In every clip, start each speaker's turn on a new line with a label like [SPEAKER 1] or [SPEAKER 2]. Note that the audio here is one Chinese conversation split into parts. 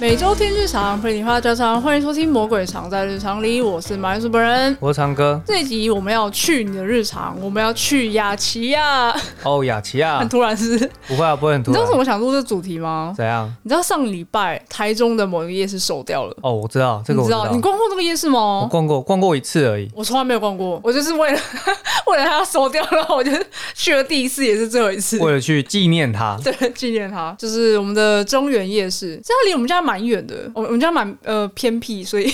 [SPEAKER 1] 每周天日常陪你话家常，欢迎收听《魔鬼藏在日常里》，我是马主本人。
[SPEAKER 2] 我唱歌
[SPEAKER 1] 这一集我们要去你的日常，我们要去雅琪亚，
[SPEAKER 2] 哦，雅琪 亚
[SPEAKER 1] 很，突然是不是，
[SPEAKER 2] 不会啊，不会很突
[SPEAKER 1] 你知
[SPEAKER 2] 然
[SPEAKER 1] 道为。什么想录这主题吗？
[SPEAKER 2] 怎样？
[SPEAKER 1] 你知道上礼拜台中的某一个夜市收掉了，
[SPEAKER 2] 哦，我知道这个，
[SPEAKER 1] 你
[SPEAKER 2] 我
[SPEAKER 1] 知道？你
[SPEAKER 2] 道，
[SPEAKER 1] 逛过那个夜市
[SPEAKER 2] 我
[SPEAKER 1] 吗？
[SPEAKER 2] 逛过，逛过一次而已。
[SPEAKER 1] 我从来没有逛过，我就是为了 为了它收掉，然后我就去了第一次，也是最后一次。
[SPEAKER 2] 为了去纪念他，
[SPEAKER 1] 对，纪念它，就是我们的中原夜市，这它离我们家蛮远的，我我们家蛮呃偏僻，所以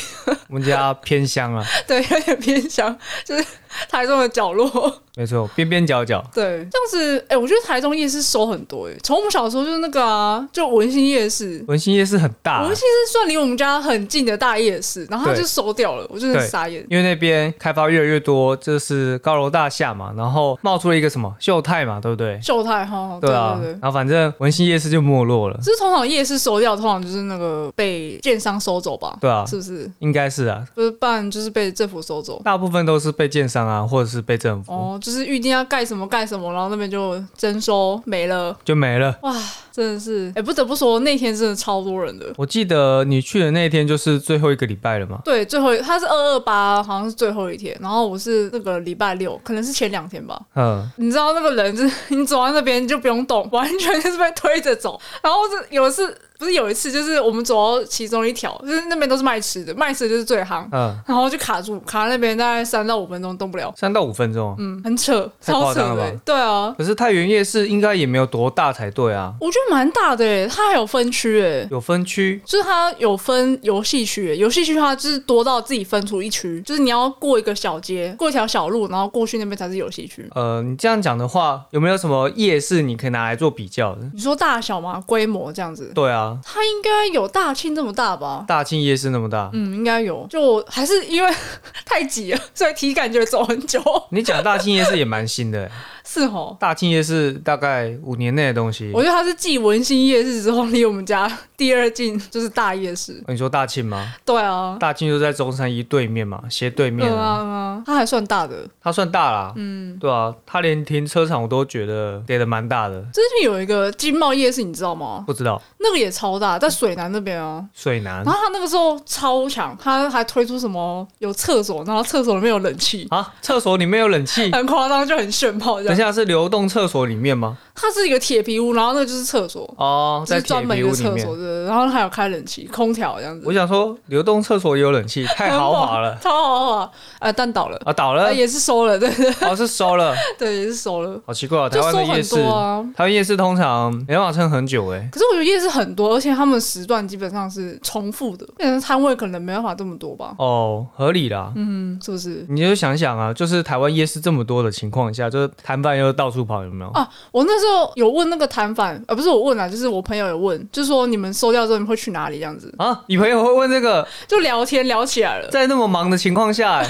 [SPEAKER 2] 我们家偏 乡啊，
[SPEAKER 1] 对，有点偏乡，就是台中的角落。
[SPEAKER 2] 没错，边边角角。
[SPEAKER 1] 对，这样子，哎、我觉得台中夜市收很多、哎，从我们小时候就是那个啊，就文心夜市，
[SPEAKER 2] 文心夜市很大啊
[SPEAKER 1] 文，心是算离我们家很近的大夜市，然后它
[SPEAKER 2] 对
[SPEAKER 1] 就收掉了，我就很
[SPEAKER 2] 对
[SPEAKER 1] 傻眼。
[SPEAKER 2] 因为那边开发越来越多，就是高楼大厦嘛，然后冒出了一个什么秀泰嘛，对不对？
[SPEAKER 1] 秀泰哈，对
[SPEAKER 2] 对啊，
[SPEAKER 1] 对对
[SPEAKER 2] 然。后反正文心夜市就没落了，
[SPEAKER 1] 就是通常夜市收掉，通常就是那个被建商收走吧？
[SPEAKER 2] 对啊
[SPEAKER 1] 是不是？
[SPEAKER 2] 应该是啊，
[SPEAKER 1] 不是办就是被政府收走。
[SPEAKER 2] 大部分都是被建商啊，或者是被政府
[SPEAKER 1] 哦，就是预定要盖什么盖什么，然后那边就征收没了，
[SPEAKER 2] 就没了。
[SPEAKER 1] 哇，真的是，哎、不得不说那天真的超多人的，
[SPEAKER 2] 我记得你去的那天就是最后一个礼拜了嘛，
[SPEAKER 1] 对，最后一他是二二八，好像是最后一天，然后我是那个礼拜六，可能是前两天吧。
[SPEAKER 2] 嗯，
[SPEAKER 1] 你知道那个人就是你走到那边你就不用动，完全就是被推着走。然后是有一次不是有一次，就是我们走到其中一条，就是那边都是卖吃的，卖吃的就是最夯，
[SPEAKER 2] 嗯，
[SPEAKER 1] 然后就卡住，卡在那边大概三到五分钟动不了，
[SPEAKER 2] 三到五分钟。
[SPEAKER 1] 嗯，很扯，
[SPEAKER 2] 太
[SPEAKER 1] 超
[SPEAKER 2] 夸
[SPEAKER 1] 扯
[SPEAKER 2] 张了
[SPEAKER 1] 的、
[SPEAKER 2] 吧
[SPEAKER 1] 欸，对啊。
[SPEAKER 2] 可是太原夜市应该也没有多大才对啊，
[SPEAKER 1] 我觉得蛮大的、欸，它还有分区诶、
[SPEAKER 2] 有分区。
[SPEAKER 1] 就是它有分游戏区耶，游戏区它就是多到自己分出一区，就是你要过一个小街，过一条小路，然后过去那边才是游戏区。
[SPEAKER 2] 呃，你这样讲的话，有没有什么夜市你可以拿来做比较的？
[SPEAKER 1] 你说大小吗？规模这样子，
[SPEAKER 2] 对啊，
[SPEAKER 1] 它应该有大庆这么大吧？
[SPEAKER 2] 大庆夜市那么大，
[SPEAKER 1] 嗯，应该有。就我还是因为 太挤了，所以体感觉走很久。
[SPEAKER 2] 你讲大庆夜市也蛮新的欸、
[SPEAKER 1] 是哦，
[SPEAKER 2] 大庆夜市大概五年内的东西。哦
[SPEAKER 1] 我觉得它是继文心夜市之后离我们家第二近就是大夜市。
[SPEAKER 2] 你说大庆吗？
[SPEAKER 1] 对啊，
[SPEAKER 2] 大庆就在中山一对面嘛，斜对
[SPEAKER 1] 对
[SPEAKER 2] 面啊，
[SPEAKER 1] 啊，嗯啊它还算大的。
[SPEAKER 2] 它算大啦。嗯，对啊，它连停车场我都觉得给的蛮大的。
[SPEAKER 1] 之前有一个金茂夜市，你知道吗？
[SPEAKER 2] 不知道
[SPEAKER 1] 那个也超大，在水南那边啊。
[SPEAKER 2] 水南
[SPEAKER 1] 然后他那个时候超强，他还推出什么有厕所，然后厕所里面有冷气，，
[SPEAKER 2] 啊，厕所里面有冷气
[SPEAKER 1] 很夸张，就很炫炮这
[SPEAKER 2] 等一
[SPEAKER 1] 样。
[SPEAKER 2] 下是流动厕所里面吗？
[SPEAKER 1] 它是一个铁皮屋，然后那个就是厕所，
[SPEAKER 2] 哦，
[SPEAKER 1] 就
[SPEAKER 2] 在
[SPEAKER 1] 是
[SPEAKER 2] 铁
[SPEAKER 1] 专门一
[SPEAKER 2] 皮
[SPEAKER 1] 个
[SPEAKER 2] 屋里
[SPEAKER 1] 厕
[SPEAKER 2] 面
[SPEAKER 1] 所，。对对对然后还有开冷气、空调这样子
[SPEAKER 2] 我，想说，流动厕所也有冷气，太豪华了
[SPEAKER 1] 超豪华。呃，但倒了，
[SPEAKER 2] 啊！倒
[SPEAKER 1] 呃，
[SPEAKER 2] 了，
[SPEAKER 1] 也是收了，对对
[SPEAKER 2] 哦是收了，
[SPEAKER 1] 对，也是收了，
[SPEAKER 2] 好奇怪哦！台
[SPEAKER 1] 就
[SPEAKER 2] 湾
[SPEAKER 1] 收
[SPEAKER 2] 的夜
[SPEAKER 1] 很
[SPEAKER 2] 市，
[SPEAKER 1] 多啊。
[SPEAKER 2] 台湾夜市通常没办法撑很久哎。
[SPEAKER 1] 可是我觉得夜市很多，而且他们时段基本上是重复的，变成摊位可能没办法这么多吧？
[SPEAKER 2] 哦，合理啦。
[SPEAKER 1] 嗯，是不是？
[SPEAKER 2] 你就想想啊，就是台湾夜市这么多的情况下，就是摊贩又到处跑，有没有？
[SPEAKER 1] 啊，我那时候有问那个摊贩，呃，不是我问啊，就是我朋友有问，就说你们收掉之后你们会去哪里这样子，
[SPEAKER 2] 啊，你朋友会问这个，
[SPEAKER 1] 就聊天聊起来了。
[SPEAKER 2] 在那么忙的情况下，哎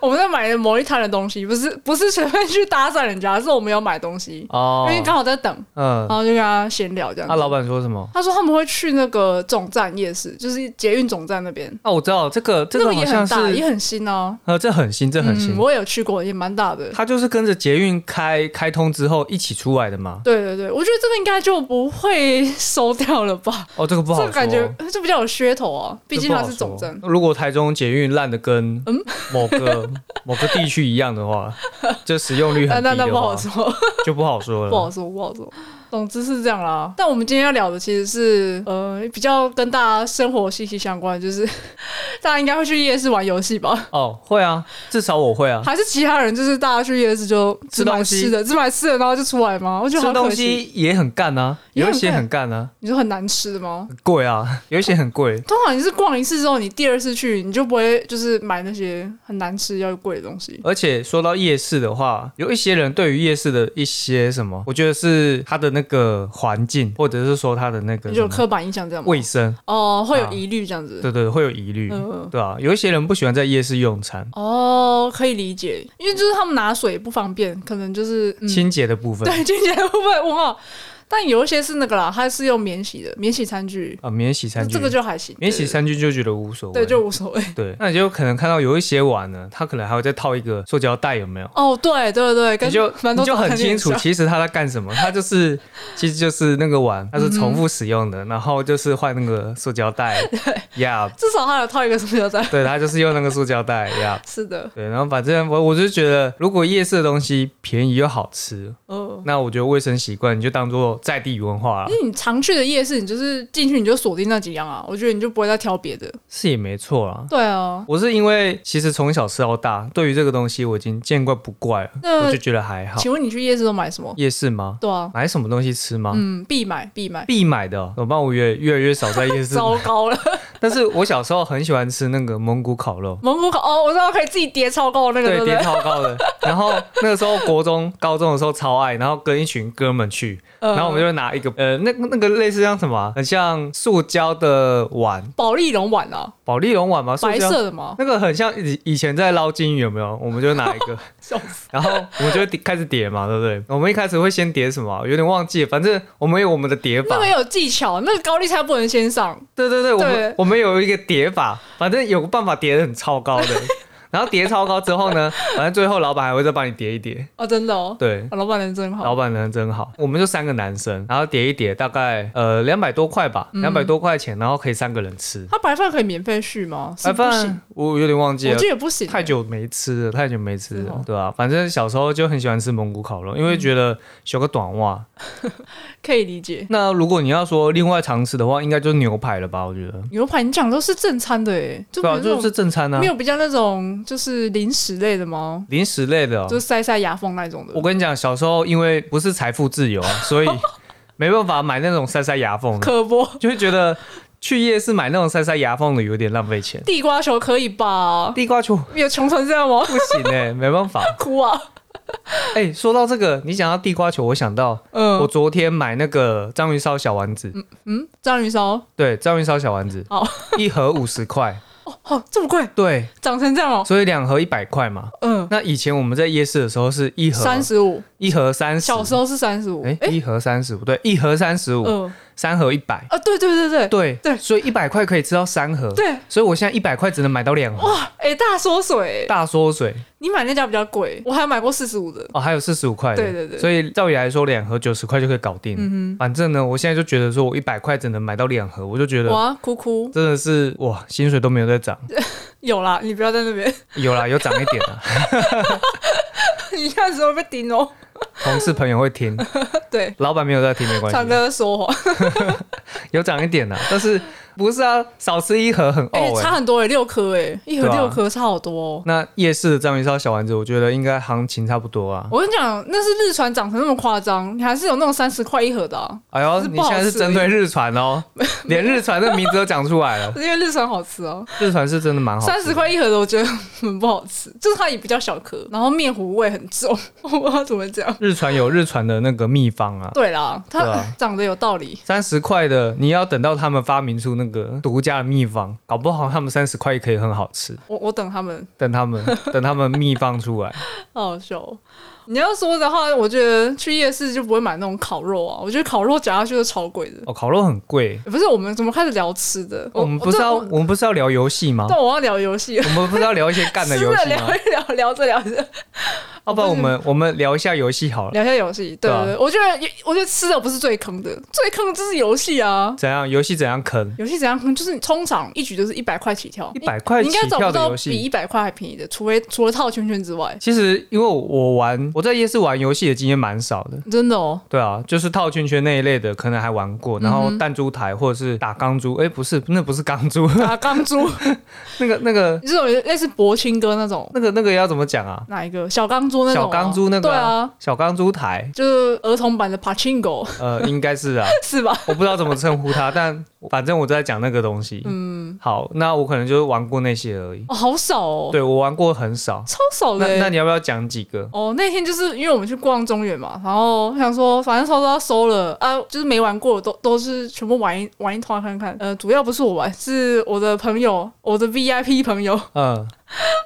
[SPEAKER 1] 我们在买某一摊的东西，不是不是随便去搭讪人家，是我们有买东西，
[SPEAKER 2] 哦
[SPEAKER 1] 因，为刚好在等，
[SPEAKER 2] 嗯，
[SPEAKER 1] 然后就跟他闲聊这样
[SPEAKER 2] 那
[SPEAKER 1] 子。
[SPEAKER 2] 老板说什么？
[SPEAKER 1] 他说他们会去那个总站夜市，就是捷运总站那边，
[SPEAKER 2] 啊，我知道这个，这
[SPEAKER 1] 那
[SPEAKER 2] 个
[SPEAKER 1] 个
[SPEAKER 2] 好
[SPEAKER 1] 也
[SPEAKER 2] 像
[SPEAKER 1] 很大，也
[SPEAKER 2] 是，
[SPEAKER 1] 很新哦、
[SPEAKER 2] 呃，这很新，这很
[SPEAKER 1] 嗯，。
[SPEAKER 2] 新
[SPEAKER 1] 我也有去过，也蛮大的。
[SPEAKER 2] 它就是跟着捷运开开通之后一起出来的嘛。
[SPEAKER 1] 对对对，我觉得这个应该就不会收掉了吧？
[SPEAKER 2] 哦，这个不好
[SPEAKER 1] 这
[SPEAKER 2] 说。
[SPEAKER 1] 个感觉这比较有噱头啊，毕竟它是总嗯站
[SPEAKER 2] 站。。如果台中捷运烂的跟某个、 某个地区一样的话，这使用率
[SPEAKER 1] 那
[SPEAKER 2] 很低
[SPEAKER 1] 那那
[SPEAKER 2] 的
[SPEAKER 1] 不好
[SPEAKER 2] 话，
[SPEAKER 1] 说，
[SPEAKER 2] 就不好说
[SPEAKER 1] 不
[SPEAKER 2] 了。
[SPEAKER 1] 好说，不好说。总之是这样啦。但我们今天要聊的其实是呃比较跟大家生活息息相关，就是 大家应该会去夜市玩游戏吧？
[SPEAKER 2] 哦，会啊，至少我会啊。
[SPEAKER 1] 还是其他人就是大家去夜市就只
[SPEAKER 2] 吃
[SPEAKER 1] 买
[SPEAKER 2] 东西
[SPEAKER 1] 吃的，只买吃的然后就出来吗？我觉得
[SPEAKER 2] 吃
[SPEAKER 1] 好可
[SPEAKER 2] 东
[SPEAKER 1] 惜。
[SPEAKER 2] 西也很干啊，
[SPEAKER 1] 也
[SPEAKER 2] 有
[SPEAKER 1] 很
[SPEAKER 2] 一些
[SPEAKER 1] 干
[SPEAKER 2] 很干啊，
[SPEAKER 1] 你说很难吃的吗？
[SPEAKER 2] 很贵啊， 有一些很贵。
[SPEAKER 1] 通常你是逛一次之后，你第二次去你就不会就是买那些很难吃又贵的东西。
[SPEAKER 2] 而且说到夜市的话，有一些人对于夜市的一些什么，我觉得是它的那个环境，或者是说它的那个
[SPEAKER 1] 你就有
[SPEAKER 2] 什么
[SPEAKER 1] 刻板印象这样吗？
[SPEAKER 2] 卫生，
[SPEAKER 1] 哦，会有
[SPEAKER 2] 啊
[SPEAKER 1] 疑虑这样子。
[SPEAKER 2] 对对，会有疑虑，
[SPEAKER 1] 嗯嗯
[SPEAKER 2] 对啊，有一些人不喜欢在夜市用餐，
[SPEAKER 1] 哦，可以理解，因为就是他们拿水不方便，可能就是、嗯、
[SPEAKER 2] 清洁的部分，
[SPEAKER 1] 对清洁的部分，哇，但有一些是那个啦，它是用免洗的免洗餐具，
[SPEAKER 2] 啊，免洗餐具，
[SPEAKER 1] 这个就还行。
[SPEAKER 2] 免洗餐具就觉得无所谓，
[SPEAKER 1] 对，就无所谓。
[SPEAKER 2] 对。那你就可能看到有一些碗呢，它可能还会再套一个塑胶袋，有没有？
[SPEAKER 1] 哦，对对对，跟
[SPEAKER 2] 你就
[SPEAKER 1] 蛮
[SPEAKER 2] 你
[SPEAKER 1] 多
[SPEAKER 2] 就很清楚，
[SPEAKER 1] 早餐店
[SPEAKER 2] 其实它在干什么？它就是，其实就是那个碗，它是
[SPEAKER 1] 嗯
[SPEAKER 2] 重复使用的，然后就是换那个塑 胶袋，呀，
[SPEAKER 1] 至少它有套一个塑料袋。
[SPEAKER 2] 对，它就是用那个塑胶袋，呀，
[SPEAKER 1] 是的，
[SPEAKER 2] 对。然后反正我我就觉得，如果夜市的东西便宜又好吃，
[SPEAKER 1] 哦。
[SPEAKER 2] 那我觉得卫生习惯你就当做在地文化啦
[SPEAKER 1] 因为你常去的夜市，你就是进去你就锁定那几样啊，我觉得你就不会再挑别的。
[SPEAKER 2] 是也没错啦。
[SPEAKER 1] 对啊，
[SPEAKER 2] 我是因为其实从小吃到大，对于这个东西我已经见怪不怪了，
[SPEAKER 1] 那
[SPEAKER 2] 我就觉得还好。
[SPEAKER 1] 请问你去夜市都买什么？
[SPEAKER 2] 夜市吗？
[SPEAKER 1] 对啊，
[SPEAKER 2] 买什么东西吃吗？
[SPEAKER 1] 嗯，必买必买，
[SPEAKER 2] 必买的哦，怎么办？我越越来越少在夜市 买。
[SPEAKER 1] 糟糕了，
[SPEAKER 2] 但是我小时候很喜欢吃那个蒙古烤肉，
[SPEAKER 1] 蒙古烤哦，我知道可以自己叠超高的那个， 对
[SPEAKER 2] 对，
[SPEAKER 1] 不
[SPEAKER 2] 叠
[SPEAKER 1] 对？
[SPEAKER 2] 超高的。然后那个时候国中、高中的时候超爱，然后跟一群哥们去，
[SPEAKER 1] 嗯
[SPEAKER 2] 然后我们就会拿一个呃，那那个类似像什么啊，很像塑胶的碗，
[SPEAKER 1] 保利龙碗啊，
[SPEAKER 2] 保利龙碗吗？塑
[SPEAKER 1] 白
[SPEAKER 2] 胶。
[SPEAKER 1] 色的 吗？
[SPEAKER 2] 那个很像以以前在捞金鱼有没有？我们就拿一个，
[SPEAKER 1] 笑死，
[SPEAKER 2] 然后 我们就会开始叠嘛，对不对？我们一开始会先叠什么啊？有点忘记了，反正我们有我们的叠法
[SPEAKER 1] 那。个有技巧，那个高丽菜不能先上，
[SPEAKER 2] 对对对，我们
[SPEAKER 1] 对
[SPEAKER 2] 我们有一个叠法，反正有个办法叠的很超高 的。然后叠超高之后呢，反正最后老板还会再帮你叠一叠。
[SPEAKER 1] 哦，真的哦，
[SPEAKER 2] 对，
[SPEAKER 1] 啊老板人真好
[SPEAKER 2] 老。板人真好。我们就三个男生，然后叠一叠，大概呃两百多块吧，
[SPEAKER 1] 嗯
[SPEAKER 2] 两百多块钱，然后可以三个人吃。啊
[SPEAKER 1] 他白饭可以免费续吗？是不行，
[SPEAKER 2] 我有点忘记
[SPEAKER 1] 我
[SPEAKER 2] 了，
[SPEAKER 1] 记得不行。欸
[SPEAKER 2] 太久没吃了，太久没吃
[SPEAKER 1] 是
[SPEAKER 2] 了
[SPEAKER 1] 哦，嗯
[SPEAKER 2] 对吧、反正小时候就很喜欢吃蒙古烤肉，因为觉得修个短袜。
[SPEAKER 1] 可以理解。
[SPEAKER 2] 那如果你要说另外常吃的话，应该就是牛排了吧？我觉得，
[SPEAKER 1] 牛排你讲都是正餐的诶，就
[SPEAKER 2] 对
[SPEAKER 1] 没有
[SPEAKER 2] 啊，
[SPEAKER 1] 那种、
[SPEAKER 2] 就是正餐啊
[SPEAKER 1] 没，有比较那种就是零食类的吗？
[SPEAKER 2] 零食类的、
[SPEAKER 1] 就是
[SPEAKER 2] 哦。
[SPEAKER 1] 塞塞牙缝那种的
[SPEAKER 2] 我。跟你讲，小时候因为不是财富自由 啊，所以没办法买那种塞塞牙缝的，
[SPEAKER 1] 可不，
[SPEAKER 2] 就会觉得去夜市买那种塞塞牙缝的有点浪 费钱。
[SPEAKER 1] 地瓜球可以吧？
[SPEAKER 2] 地瓜球
[SPEAKER 1] 有穷成这样吗？
[SPEAKER 2] 不行哎、没办法。
[SPEAKER 1] 哭啊！
[SPEAKER 2] 哎、说到这个，你讲到地瓜球，我想到我
[SPEAKER 1] 嗯
[SPEAKER 2] 昨天买那个章鱼烧小丸子，
[SPEAKER 1] 嗯，哦章鱼烧
[SPEAKER 2] 对，章鱼烧小丸子，
[SPEAKER 1] 好
[SPEAKER 2] 一盒五十块，
[SPEAKER 1] 哦，这么贵，
[SPEAKER 2] 对，
[SPEAKER 1] 长成这样哦。
[SPEAKER 2] 所以两盒一百块嘛。
[SPEAKER 1] 嗯，
[SPEAKER 2] 那以前我们在夜市的时候是一盒
[SPEAKER 1] 三十五，
[SPEAKER 2] 一盒三十，
[SPEAKER 1] 小时候是三十五。
[SPEAKER 2] 哎、
[SPEAKER 1] 诶
[SPEAKER 2] 一盒三十五，对，一盒三十五，
[SPEAKER 1] 嗯
[SPEAKER 2] 三盒一百，
[SPEAKER 1] 啊，对对对对
[SPEAKER 2] 对
[SPEAKER 1] 对
[SPEAKER 2] 所以一百块可以吃到三盒，，
[SPEAKER 1] 对，
[SPEAKER 2] 所以我现在一百块只能买到两盒，
[SPEAKER 1] 哎、大缩水、
[SPEAKER 2] 大缩水
[SPEAKER 1] 你买那家比较贵，我还买过四十五的。
[SPEAKER 2] 哦，还有四十五块的，
[SPEAKER 1] 对对对
[SPEAKER 2] 所以照理来说两盒九十块就可以搞定，嗯反正呢，我现在就觉得说我一百块只能买到两盒，我就觉得
[SPEAKER 1] 哇，哭哭
[SPEAKER 2] 真的是哇，薪水都没有在涨，
[SPEAKER 1] 有啦，你不要在那边，
[SPEAKER 2] 有啦，有涨一点啊啦，
[SPEAKER 1] 你看时候被叮哦。
[SPEAKER 2] 同事朋友会听，
[SPEAKER 1] 对，
[SPEAKER 2] 老板没有在听没关
[SPEAKER 1] 唱
[SPEAKER 2] 系，
[SPEAKER 1] 歌说谎，
[SPEAKER 2] 有涨一点啦，但是不是啊，少吃一盒很
[SPEAKER 1] 哎、
[SPEAKER 2] 呕哎、
[SPEAKER 1] 差很多哎、六颗哎、一盒
[SPEAKER 2] 对啊
[SPEAKER 1] 六颗差好多哦。
[SPEAKER 2] 那夜市的章鱼烧小丸子，我觉得应该行情差不多啊。
[SPEAKER 1] 我跟你讲，那是日船长成那么夸张，你还是有那种三十块一盒的、啊，
[SPEAKER 2] 哎呦，
[SPEAKER 1] 只是
[SPEAKER 2] 你
[SPEAKER 1] 不好
[SPEAKER 2] 现在是
[SPEAKER 1] 吃
[SPEAKER 2] 针对日 传哦，连日传的名字都讲出来了。
[SPEAKER 1] 因为日船好吃哦、
[SPEAKER 2] 日传是真的蛮好吃的，
[SPEAKER 1] 三十块一盒的，我觉得 很不好吃，就是它也比较小颗，然后面糊味很重， 我不知道怎么讲。
[SPEAKER 2] 日传有日传的那个秘方啊。
[SPEAKER 1] 对啦，它
[SPEAKER 2] 对啊
[SPEAKER 1] 长得有道理，
[SPEAKER 2] 三十块的，你要等到他们发明出那个独家的秘方，搞不好他们三十块也可以很好吃。
[SPEAKER 1] 我我等他们。
[SPEAKER 2] 等 他们等他们秘方出来，
[SPEAKER 1] 好好笑哦。你要说的话，我觉得去夜市就不会买那种烤肉啊。我觉得烤肉夹下去都超贵的。
[SPEAKER 2] 哦，烤肉很贵。
[SPEAKER 1] 不是我们怎么开始聊吃的？
[SPEAKER 2] 我们不是要
[SPEAKER 1] 我
[SPEAKER 2] 我们不是要聊游戏吗
[SPEAKER 1] 但？我要聊游戏，
[SPEAKER 2] 我们不是要聊一些干的
[SPEAKER 1] 吃
[SPEAKER 2] 游
[SPEAKER 1] 的
[SPEAKER 2] 戏吗
[SPEAKER 1] 聊？一聊，聊着聊着
[SPEAKER 2] 要不然我们我们聊一下游戏好了。
[SPEAKER 1] 聊一下游戏。对
[SPEAKER 2] 对啊
[SPEAKER 1] 对对，我觉得我觉得吃的不是最坑的，最坑的就是游戏啊。
[SPEAKER 2] 怎样？游戏怎样坑？
[SPEAKER 1] 游戏怎样坑？就是你通常一局就是一百块起跳，
[SPEAKER 2] 一百块
[SPEAKER 1] 你
[SPEAKER 2] 起
[SPEAKER 1] 应该找
[SPEAKER 2] 跳
[SPEAKER 1] 不
[SPEAKER 2] 的
[SPEAKER 1] 到
[SPEAKER 2] 游
[SPEAKER 1] 比
[SPEAKER 2] 戏
[SPEAKER 1] 一。百块还便宜的，除非除了套圈圈之外，
[SPEAKER 2] 其实因为我玩我在夜市玩游戏的经验蛮少的，
[SPEAKER 1] 真的哦。
[SPEAKER 2] 对啊，就是套圈圈那一类的可能还玩过，然后弹珠台或者是打钢珠，哎、不是，那不是钢珠，
[SPEAKER 1] 打钢珠，
[SPEAKER 2] 那个那个
[SPEAKER 1] 这种类似博青哥那种，
[SPEAKER 2] 那个那个要怎么讲啊？
[SPEAKER 1] 哪一个小钢珠那种啊、
[SPEAKER 2] 小钢珠那个
[SPEAKER 1] 对啊，
[SPEAKER 2] 小钢珠台，
[SPEAKER 1] 就是儿童版的 Pachinko
[SPEAKER 2] 呃，应该是啊，
[SPEAKER 1] 是吧？
[SPEAKER 2] 我不知道怎么称呼它，但反正我在讲那个东西。嗯，好，那我可能就玩过那些而已，
[SPEAKER 1] 哦，好少哦，
[SPEAKER 2] 对我玩过很少。
[SPEAKER 1] 超少的
[SPEAKER 2] 那
[SPEAKER 1] 欸。
[SPEAKER 2] 那你要不要讲几个？
[SPEAKER 1] 哦，那天就是因为我们去逛中原嘛，然后想说反正抽都要收了啊，就是没玩过的都都是全部玩一玩一通看看。呃，主要不是我玩，是我的朋友，我的 VIP 朋友，
[SPEAKER 2] 嗯，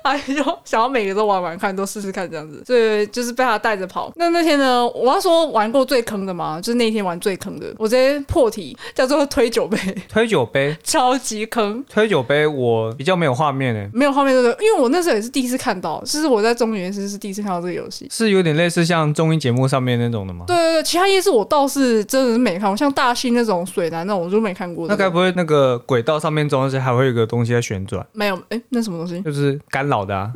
[SPEAKER 1] 他就想要每个都玩玩看，都试试看这样子，所以就是被他带着跑。那那天呢，我要说玩过最坑的嘛，就是那天玩最坑的，我直接破题，叫做推酒杯，
[SPEAKER 2] 推酒杯，
[SPEAKER 1] 超级坑。
[SPEAKER 2] 推酒杯，我比较没有画面欸诶，
[SPEAKER 1] 没有画面这个，因为我那时候也是第一次看到，就是我在中原时是第一次看到这个游戏。
[SPEAKER 2] 是有点类似像综艺节目上面那种的吗？
[SPEAKER 1] 对对对，其他夜市我倒是真的是没看过，像大溪那种水南那种我就没看过、
[SPEAKER 2] 那
[SPEAKER 1] 这个。
[SPEAKER 2] 该不会那个轨道上面总是还会有一个东西在旋转，
[SPEAKER 1] 没有，哎，那什么东西？
[SPEAKER 2] 就是干扰的啊？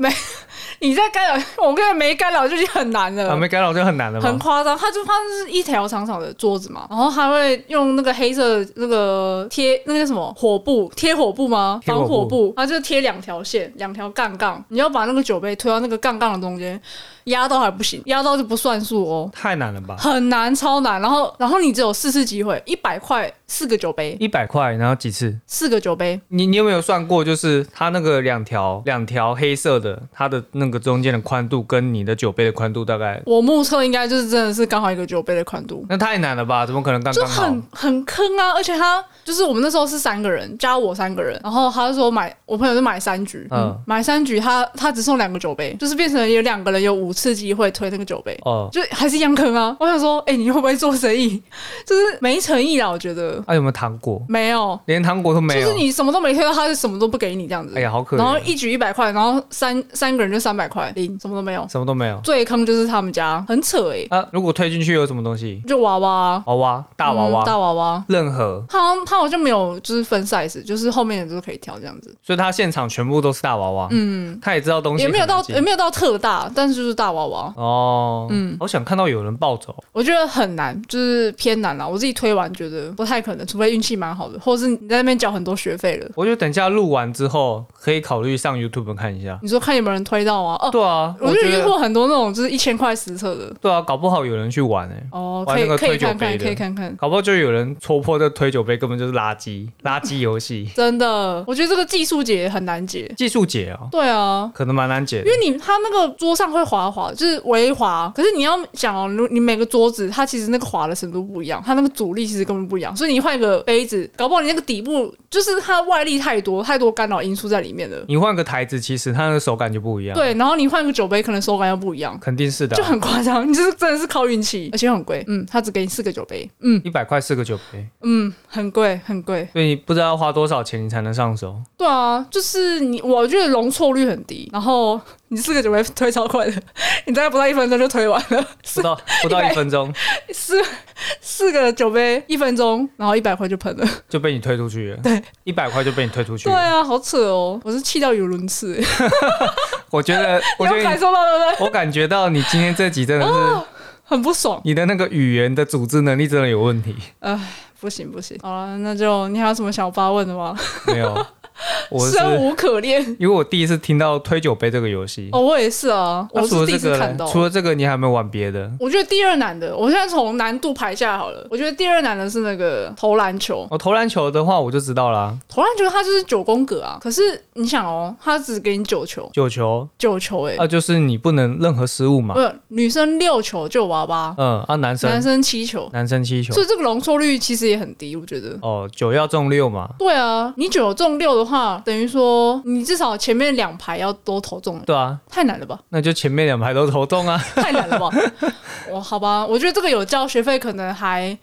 [SPEAKER 1] 你在干扰，我跟你没干扰就已经很难了。
[SPEAKER 2] 啊，没干扰就很难了
[SPEAKER 1] 呃很
[SPEAKER 2] 嘛。
[SPEAKER 1] 夸张，它就它就是一条长长的桌子嘛，然后还会用那个黑色的那个贴那个叫什么火布贴火布吗？
[SPEAKER 2] 贴
[SPEAKER 1] 防
[SPEAKER 2] 火布
[SPEAKER 1] 火布，它就贴两条线，两条杠杠，你要把那个酒杯推到那个杠杠的中间，压到还不行，压到就不算数哦，
[SPEAKER 2] 太难了吧？
[SPEAKER 1] 很难超难。然后然后你只有四次机会，一百块四个酒杯，
[SPEAKER 2] 一百块，然后几次？
[SPEAKER 1] 四个酒杯，
[SPEAKER 2] 你你有没有算过，就是它那个两条两条黑色的，它的那个中间的宽度跟你的酒杯的宽度大概？
[SPEAKER 1] 我目测应该就是真的是刚好一个酒杯的宽度。
[SPEAKER 2] 那太难了吧？怎么可能刚
[SPEAKER 1] 就
[SPEAKER 2] 刚好？
[SPEAKER 1] 很很坑啊！而且他就是我们那时候是三个人加我三个人，然后他就说买我朋友是买三局，
[SPEAKER 2] 嗯
[SPEAKER 1] 买三局他他只送两个酒杯，就是变成有两个人有五次机会推那个酒杯，
[SPEAKER 2] 哦，
[SPEAKER 1] 就还是一样坑啊！我想说，哎、你会不会做生意？ 就是没诚意啦，我觉得
[SPEAKER 2] 啊，有没有糖果？
[SPEAKER 1] 没有，
[SPEAKER 2] 连糖果都没
[SPEAKER 1] 就是
[SPEAKER 2] 有。
[SPEAKER 1] 你什么都没推到，他就什么都不给你这样子。
[SPEAKER 2] 哦哎呀，好可
[SPEAKER 1] 然后
[SPEAKER 2] 怜，
[SPEAKER 1] 一局一百块，然后三三个人就三百块，零什么都没有。
[SPEAKER 2] 什么都没有。
[SPEAKER 1] 最坑就是他们家，很扯哎、
[SPEAKER 2] 啊，如果推进去有什么东西？
[SPEAKER 1] 就娃娃啊，
[SPEAKER 2] 娃娃，大娃
[SPEAKER 1] 嗯
[SPEAKER 2] 娃，
[SPEAKER 1] 大娃娃，
[SPEAKER 2] 任何，
[SPEAKER 1] 他好像他好像没有就是分 size，就是后面的都可以挑这样子，
[SPEAKER 2] 所以他现场全部都是大娃娃。嗯，他也知道东西
[SPEAKER 1] 也没有
[SPEAKER 2] 很难
[SPEAKER 1] 到呃
[SPEAKER 2] 进
[SPEAKER 1] 也没有到特大，但是就是大娃娃，
[SPEAKER 2] 哦，嗯，好想看到有人暴走，
[SPEAKER 1] 我觉得很难，就是偏难啦。我自己推完觉得不太可能，除非运气蛮好的，或者是你在那边缴很多学费了，
[SPEAKER 2] 我觉得等一下录完之后可以考虑上 YouTube 看一下。
[SPEAKER 1] 你说看有没有人推到啊？哦，
[SPEAKER 2] 对啊，
[SPEAKER 1] 我
[SPEAKER 2] 我
[SPEAKER 1] 就
[SPEAKER 2] 觉
[SPEAKER 1] 遇
[SPEAKER 2] 得
[SPEAKER 1] 过很多那种就是一千块实测的，
[SPEAKER 2] 对啊，搞不好有人去玩哎、
[SPEAKER 1] 哦，
[SPEAKER 2] 玩
[SPEAKER 1] 可以
[SPEAKER 2] 那个
[SPEAKER 1] 可以
[SPEAKER 2] 推酒
[SPEAKER 1] 看看，
[SPEAKER 2] 杯的
[SPEAKER 1] 可以看看。
[SPEAKER 2] 搞不好就有人戳破这推酒杯根本就是垃圾，垃圾游戏
[SPEAKER 1] 真的，我觉得这个技术解很难解。
[SPEAKER 2] 技术解哦，
[SPEAKER 1] 对啊，
[SPEAKER 2] 可能蛮难解的
[SPEAKER 1] 因为你它那个桌上会滑滑，就是微滑。可是你要想哦，如你每个桌子它其实那个滑的程度不一样，它那个阻力其实根本不一样。所以你换一个杯子，搞不好你那个底部就是它外力太多，太多干扰因素在里面了。
[SPEAKER 2] 你换个台子，其实它的手感就不一样。，
[SPEAKER 1] 对，然后你换个酒杯，可能手感又不一样。
[SPEAKER 2] 肯定是的
[SPEAKER 1] 就
[SPEAKER 2] 啊。
[SPEAKER 1] 很夸张，你就是真的是靠运气，而且很贵。嗯，它只给你四个酒杯，嗯
[SPEAKER 2] 一百块四个酒杯，
[SPEAKER 1] 嗯，很贵很贵。
[SPEAKER 2] 所以你不知道要花多少钱你才能上手。
[SPEAKER 1] 对啊，就是你，我觉得容错率很低。然后你四个酒杯推超快的，你大概不到一分钟就推完了。
[SPEAKER 2] 不到不到一分钟
[SPEAKER 1] 四四个酒杯，一分钟，然后一百块就喷了。
[SPEAKER 2] 就被你推出去了。
[SPEAKER 1] 对，
[SPEAKER 2] 一百块就被你推出去
[SPEAKER 1] 对
[SPEAKER 2] 了。
[SPEAKER 1] 啊，好扯哦，我是气到语无伦次，欸
[SPEAKER 2] 我觉得，
[SPEAKER 1] 你
[SPEAKER 2] 我觉
[SPEAKER 1] 有
[SPEAKER 2] 得
[SPEAKER 1] 感
[SPEAKER 2] 你，
[SPEAKER 1] 受到对不对？
[SPEAKER 2] 我感觉到你今天这集真的
[SPEAKER 1] 哦
[SPEAKER 2] 是。
[SPEAKER 1] 很不爽，
[SPEAKER 2] 你的那个语言的组织能力真的有问 题。
[SPEAKER 1] 不行不行，好了，那就你还有什么想发问的吗？
[SPEAKER 2] 没有，我是
[SPEAKER 1] 生无可恋
[SPEAKER 2] 因为我第一次听到推酒杯这个游戏。
[SPEAKER 1] 哦，我也是啊，
[SPEAKER 2] 那
[SPEAKER 1] 我
[SPEAKER 2] 除
[SPEAKER 1] 是
[SPEAKER 2] 了
[SPEAKER 1] 第一
[SPEAKER 2] 这
[SPEAKER 1] 次
[SPEAKER 2] 个
[SPEAKER 1] 看
[SPEAKER 2] 呢
[SPEAKER 1] 到，。
[SPEAKER 2] 除了这个，你还有没有玩别的？
[SPEAKER 1] 我觉得第二难的，我现在从难度排下好了。我觉得第二难的是那个投篮球，
[SPEAKER 2] 哦我投篮球的话，我就知道啦，
[SPEAKER 1] 投篮球它就是九宫格啊。可是你想哦，它只给你九球，
[SPEAKER 2] 九球
[SPEAKER 1] 九球哎、欸，
[SPEAKER 2] 啊，就是你不能任何失误嘛
[SPEAKER 1] 不。是女生六球就有娃娃，
[SPEAKER 2] 嗯啊，男生
[SPEAKER 1] 嗯男生七球，
[SPEAKER 2] 男生七球
[SPEAKER 1] 所以这个容错率其实也很低，我觉得。
[SPEAKER 2] 哦，九要中六嘛。
[SPEAKER 1] 对啊，你九中六的话，等于说你至少前面两排要都投中，
[SPEAKER 2] 对啊，
[SPEAKER 1] 太难了吧？
[SPEAKER 2] 那就前面两排都投 中啊。
[SPEAKER 1] 太难 了吧？我好吧，我觉得这个有交学费可能还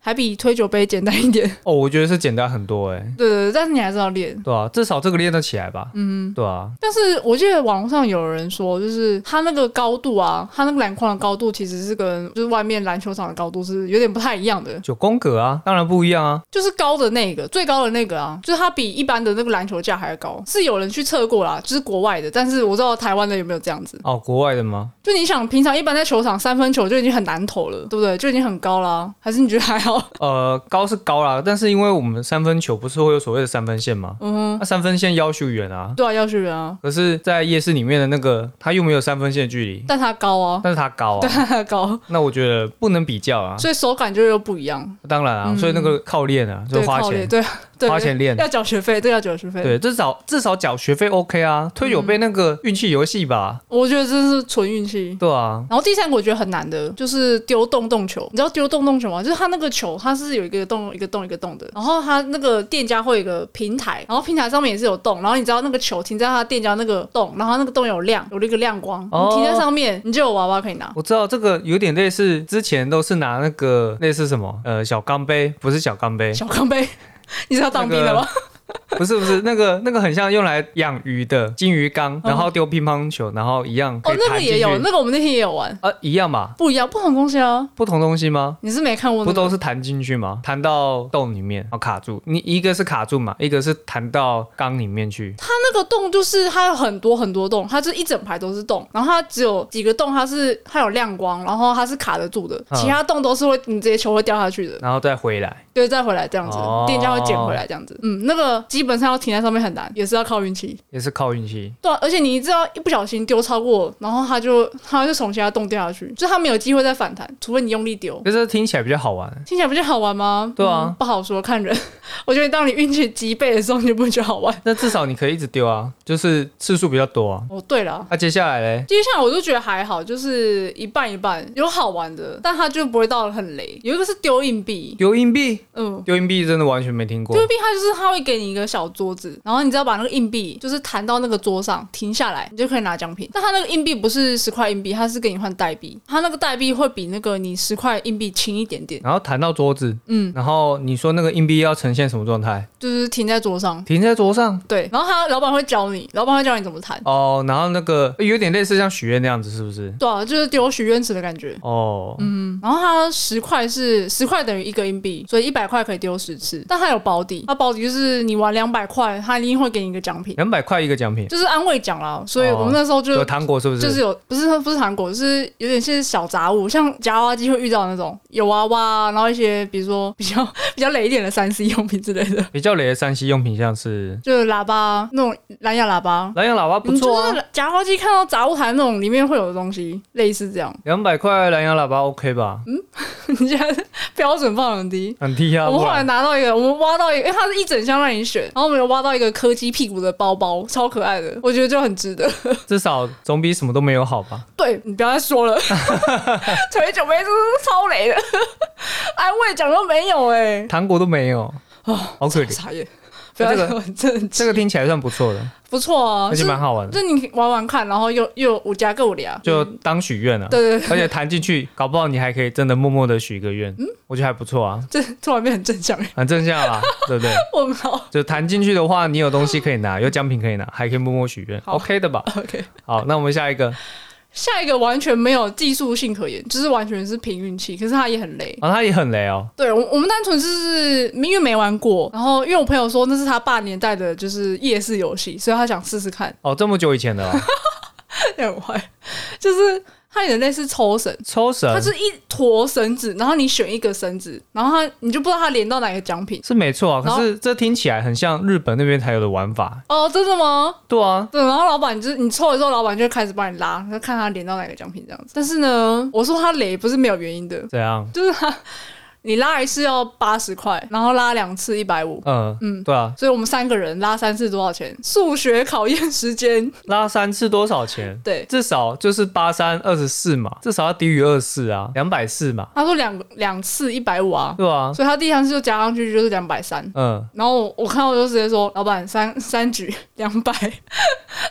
[SPEAKER 1] 还比推酒杯简单一点。
[SPEAKER 2] 哦，我觉得是简单很多哎、
[SPEAKER 1] 对对对，但是你还是要练。
[SPEAKER 2] 对啊，至少这个练得起来吧。嗯，对啊，
[SPEAKER 1] 但是我记得网络上有人说，就是它那个高度啊，它那个篮筐的高度其实是跟就是外面篮球场的高度是有点不太一样的，
[SPEAKER 2] 九宫格啊，当然不一样啊。
[SPEAKER 1] 就是高的那个最高的那个啊，就是它比一般的那个篮球架还要高，是有人去测过啦，就是国外的，但是我不知道台湾的有没有这样子。
[SPEAKER 2] 哦，国外的吗？
[SPEAKER 1] 就你想，平常一般在球场三分球就已经很难投了，对不对？就已经很高啦，还是你觉得还好？
[SPEAKER 2] 呃，高是高啦，但是因为我们三分球不是会有所谓的三分线吗？嗯，那、三分线要求远啊，
[SPEAKER 1] 对啊，要学员啊，
[SPEAKER 2] 可是，在夜市里面的那个，它又没有三分线距离，
[SPEAKER 1] 但他高啊，
[SPEAKER 2] 但是它高啊，
[SPEAKER 1] 但他高，
[SPEAKER 2] 那我觉得不能比较啊。
[SPEAKER 1] 所以手感就又不一样。
[SPEAKER 2] 当然啊，所以那个靠练啊，
[SPEAKER 1] 嗯
[SPEAKER 2] 就
[SPEAKER 1] 对，
[SPEAKER 2] 花
[SPEAKER 1] 靠
[SPEAKER 2] 钱
[SPEAKER 1] 脸，对，对
[SPEAKER 2] 花钱练。
[SPEAKER 1] 要缴学费，对，要缴学费。，
[SPEAKER 2] 对，至少至少缴学费 OK 啊，推有
[SPEAKER 1] 嗯
[SPEAKER 2] 被那个运气游戏吧，
[SPEAKER 1] 我觉得这是纯运气。
[SPEAKER 2] 对啊，
[SPEAKER 1] 然后第三个我觉得很难的就是丢洞洞球，你知道丢洞洞球吗？就是它那个球它是有一个洞一个洞一个洞的，然后它那个店家会有一个平台，然后平台上面也是有洞，然后你知道那个球停在它店家那个洞，然后它那个洞有亮，有那个亮光，
[SPEAKER 2] 哦
[SPEAKER 1] 你停在上面你就有娃娃可以拿。
[SPEAKER 2] 我知道这个有点类似，之前都是拿那个类似什么呃小钢杯，不是小钢杯，
[SPEAKER 1] 小钢杯， 你是要当兵的吗？
[SPEAKER 2] 不是不是那个那个很像用来养鱼的金鱼缸，然后丢乒乓球，然后一样
[SPEAKER 1] 嗯
[SPEAKER 2] 可
[SPEAKER 1] 哦
[SPEAKER 2] 以，
[SPEAKER 1] 那
[SPEAKER 2] 弹
[SPEAKER 1] 个
[SPEAKER 2] 进
[SPEAKER 1] 也
[SPEAKER 2] 去。
[SPEAKER 1] 有，那个我们那天也有玩，
[SPEAKER 2] 呃一样嘛，
[SPEAKER 1] 不一样，不同东西啊。
[SPEAKER 2] 不同东西吗？
[SPEAKER 1] 你是没看过
[SPEAKER 2] 不
[SPEAKER 1] 那个？
[SPEAKER 2] 都是弹进去吗？弹到洞里面，然后卡住。你一个是卡住嘛，一个是弹到缸里面去。
[SPEAKER 1] 它那个洞就是它有很多很多洞，它就是一整排都是洞，然后它只有几个洞它是它有亮光，然后它是卡得住的，
[SPEAKER 2] 嗯哦
[SPEAKER 1] 其他洞都是会你直接球会掉下去的，
[SPEAKER 2] 然后再回来，
[SPEAKER 1] 对，再回来这样子
[SPEAKER 2] 哦，
[SPEAKER 1] 店家会捡回来这样子。嗯，那个基本上要停在上面很难，也是要靠运气。嗯
[SPEAKER 2] 也是靠运气。
[SPEAKER 1] 对、啊，而且你知道一不小心丢超过，然后它就它就从其他洞掉下去，就是它没有机会再反弹，除非你用力丢。
[SPEAKER 2] 可是听起来比较好玩。
[SPEAKER 1] 听起来不就好玩吗？
[SPEAKER 2] 嗯对啊
[SPEAKER 1] 嗯不好说，看人。 我觉得当你运气极倍的时候，你就不会觉得好玩。
[SPEAKER 2] 那至少你可以一直丢啊，就是次数比较多啊。
[SPEAKER 1] 哦，对了。
[SPEAKER 2] 那、接下来嘞，
[SPEAKER 1] 接下来我就觉得还好，就是一半一半，有好玩的，但它就不会到很雷。有一个是丢硬币，
[SPEAKER 2] 丢硬币，
[SPEAKER 1] 嗯，
[SPEAKER 2] 丢硬币真的完全没听过
[SPEAKER 1] 丢。硬币它就是它会给你一个小桌子，然后你只要把那个硬币就是弹到那个桌上停下来，你就可以拿奖品。但它那个硬币不是十块硬币，它是给你换代币，它那个代币会比那个你十块硬币轻一点点，
[SPEAKER 2] 然后弹到桌子，
[SPEAKER 1] 嗯，
[SPEAKER 2] 然后你说那个硬币要呈现什么状态？
[SPEAKER 1] 就是停在桌上。
[SPEAKER 2] 停在桌上
[SPEAKER 1] 对，然后他老板会教你，老板会教你怎么弹。
[SPEAKER 2] 哦，然后那个有点类似像许愿那样子，是不是？
[SPEAKER 1] 对啊，就是丢许愿池的感觉。
[SPEAKER 2] 哦，
[SPEAKER 1] 嗯，然后它十块是十块等于一个硬币，所以一百块可以丢十次。但它有保底，它保底就是你玩两百块，它一定会给你一个奖品，
[SPEAKER 2] 两百块一个奖品，
[SPEAKER 1] 就是安慰奖啦。所以
[SPEAKER 2] 哦
[SPEAKER 1] 我们那时候就、
[SPEAKER 2] 有糖果是不是？
[SPEAKER 1] 就是有不是不是糖果，就是有点是小杂物，像夹娃娃机会遇到的那种有娃娃，然后一些比如说比较 比较雷一点的三 C 用品之类的，
[SPEAKER 2] 比较雷的山西用品，像是
[SPEAKER 1] 就是喇叭那种蓝牙喇叭。
[SPEAKER 2] 蓝牙喇叭不
[SPEAKER 1] 嗯你就
[SPEAKER 2] 错
[SPEAKER 1] 是那
[SPEAKER 2] 啊，
[SPEAKER 1] 个夹娃娃机看到杂物台那种里面会有的东西，类似这样。
[SPEAKER 2] 两百块蓝牙喇叭 OK 吧？
[SPEAKER 1] 嗯你现在标准放得很低，
[SPEAKER 2] 很低啊，
[SPEAKER 1] 我们
[SPEAKER 2] 不
[SPEAKER 1] 后来
[SPEAKER 2] 然
[SPEAKER 1] 拿到一个，我们挖到一个，因为它是一整箱让你选，然后我们有挖到一个柯基屁股的包包，超可爱的，我觉得就很值得。
[SPEAKER 2] 至少总比什么都没有好吧？
[SPEAKER 1] 对你不要再说 了，腿酒杯真是超雷的， 安慰奖都没有哎、
[SPEAKER 2] 糖果都没有，好可怜。
[SPEAKER 1] 哦傻眼。不要
[SPEAKER 2] 这
[SPEAKER 1] 这
[SPEAKER 2] 个
[SPEAKER 1] 个，真
[SPEAKER 2] 这
[SPEAKER 1] 的
[SPEAKER 2] 个听起来算不错的，
[SPEAKER 1] 不错啊，
[SPEAKER 2] 而且
[SPEAKER 1] 就
[SPEAKER 2] 蛮好玩的，
[SPEAKER 1] 就你玩玩看，然后又又五加够俩，
[SPEAKER 2] 就当许愿了。
[SPEAKER 1] 对对对，
[SPEAKER 2] 而且弹进去，搞不好你还可以真的默默的许个愿，
[SPEAKER 1] 嗯
[SPEAKER 2] 我觉得还不错啊，
[SPEAKER 1] 这突然变很正向，
[SPEAKER 2] 很正向啦，对不对？
[SPEAKER 1] 问号。
[SPEAKER 2] 就弹进去的话，你有东西可以拿，有奖品可以拿，还可以默默许愿
[SPEAKER 1] 好
[SPEAKER 2] ，OK 的吧？
[SPEAKER 1] OK，
[SPEAKER 2] 好，那我们下一个，
[SPEAKER 1] 下一个完全没有技术性可言，就是完全是凭运气，可是它也很雷。
[SPEAKER 2] 啊，他也很雷哦，
[SPEAKER 1] 对，我我们单纯就是因为没玩过，然后因为我朋友说那是他爸年代的，就是夜市游戏，所以他想试试看，
[SPEAKER 2] 哦，这么久以前的哦，
[SPEAKER 1] 很坏， 就是它有点类似抽绳，
[SPEAKER 2] 抽绳
[SPEAKER 1] 它是一坨绳子，然后你选一个绳子，然后它你就不知道它连到哪个奖品。
[SPEAKER 2] 是没错啊，
[SPEAKER 1] 然
[SPEAKER 2] 可
[SPEAKER 1] 后
[SPEAKER 2] 是这听起来很像日本那边才有的玩法。
[SPEAKER 1] 哦，真的吗？
[SPEAKER 2] 对啊，
[SPEAKER 1] 对，然后老板就是你抽了之后，老板就开始帮你拉，就看他连到哪个奖品这样子。但是呢，我说他雷不是没有原因的，
[SPEAKER 2] 怎样？
[SPEAKER 1] 就是他你拉一次要八十块，然后拉两次一百五，
[SPEAKER 2] 嗯嗯，对啊，
[SPEAKER 1] 所以我们三个人拉三次多少钱？数学考验时间，
[SPEAKER 2] 拉三次多少钱？
[SPEAKER 1] 对，
[SPEAKER 2] 至少就是八三二十四嘛，至少要低于二四啊，两百四嘛，
[SPEAKER 1] 他说两两次一百五啊，
[SPEAKER 2] 对吧、啊？
[SPEAKER 1] 所以他第三次就加上去就是两百三。
[SPEAKER 2] 嗯，
[SPEAKER 1] 然后我我看到我就直接说，老板三 三局两百，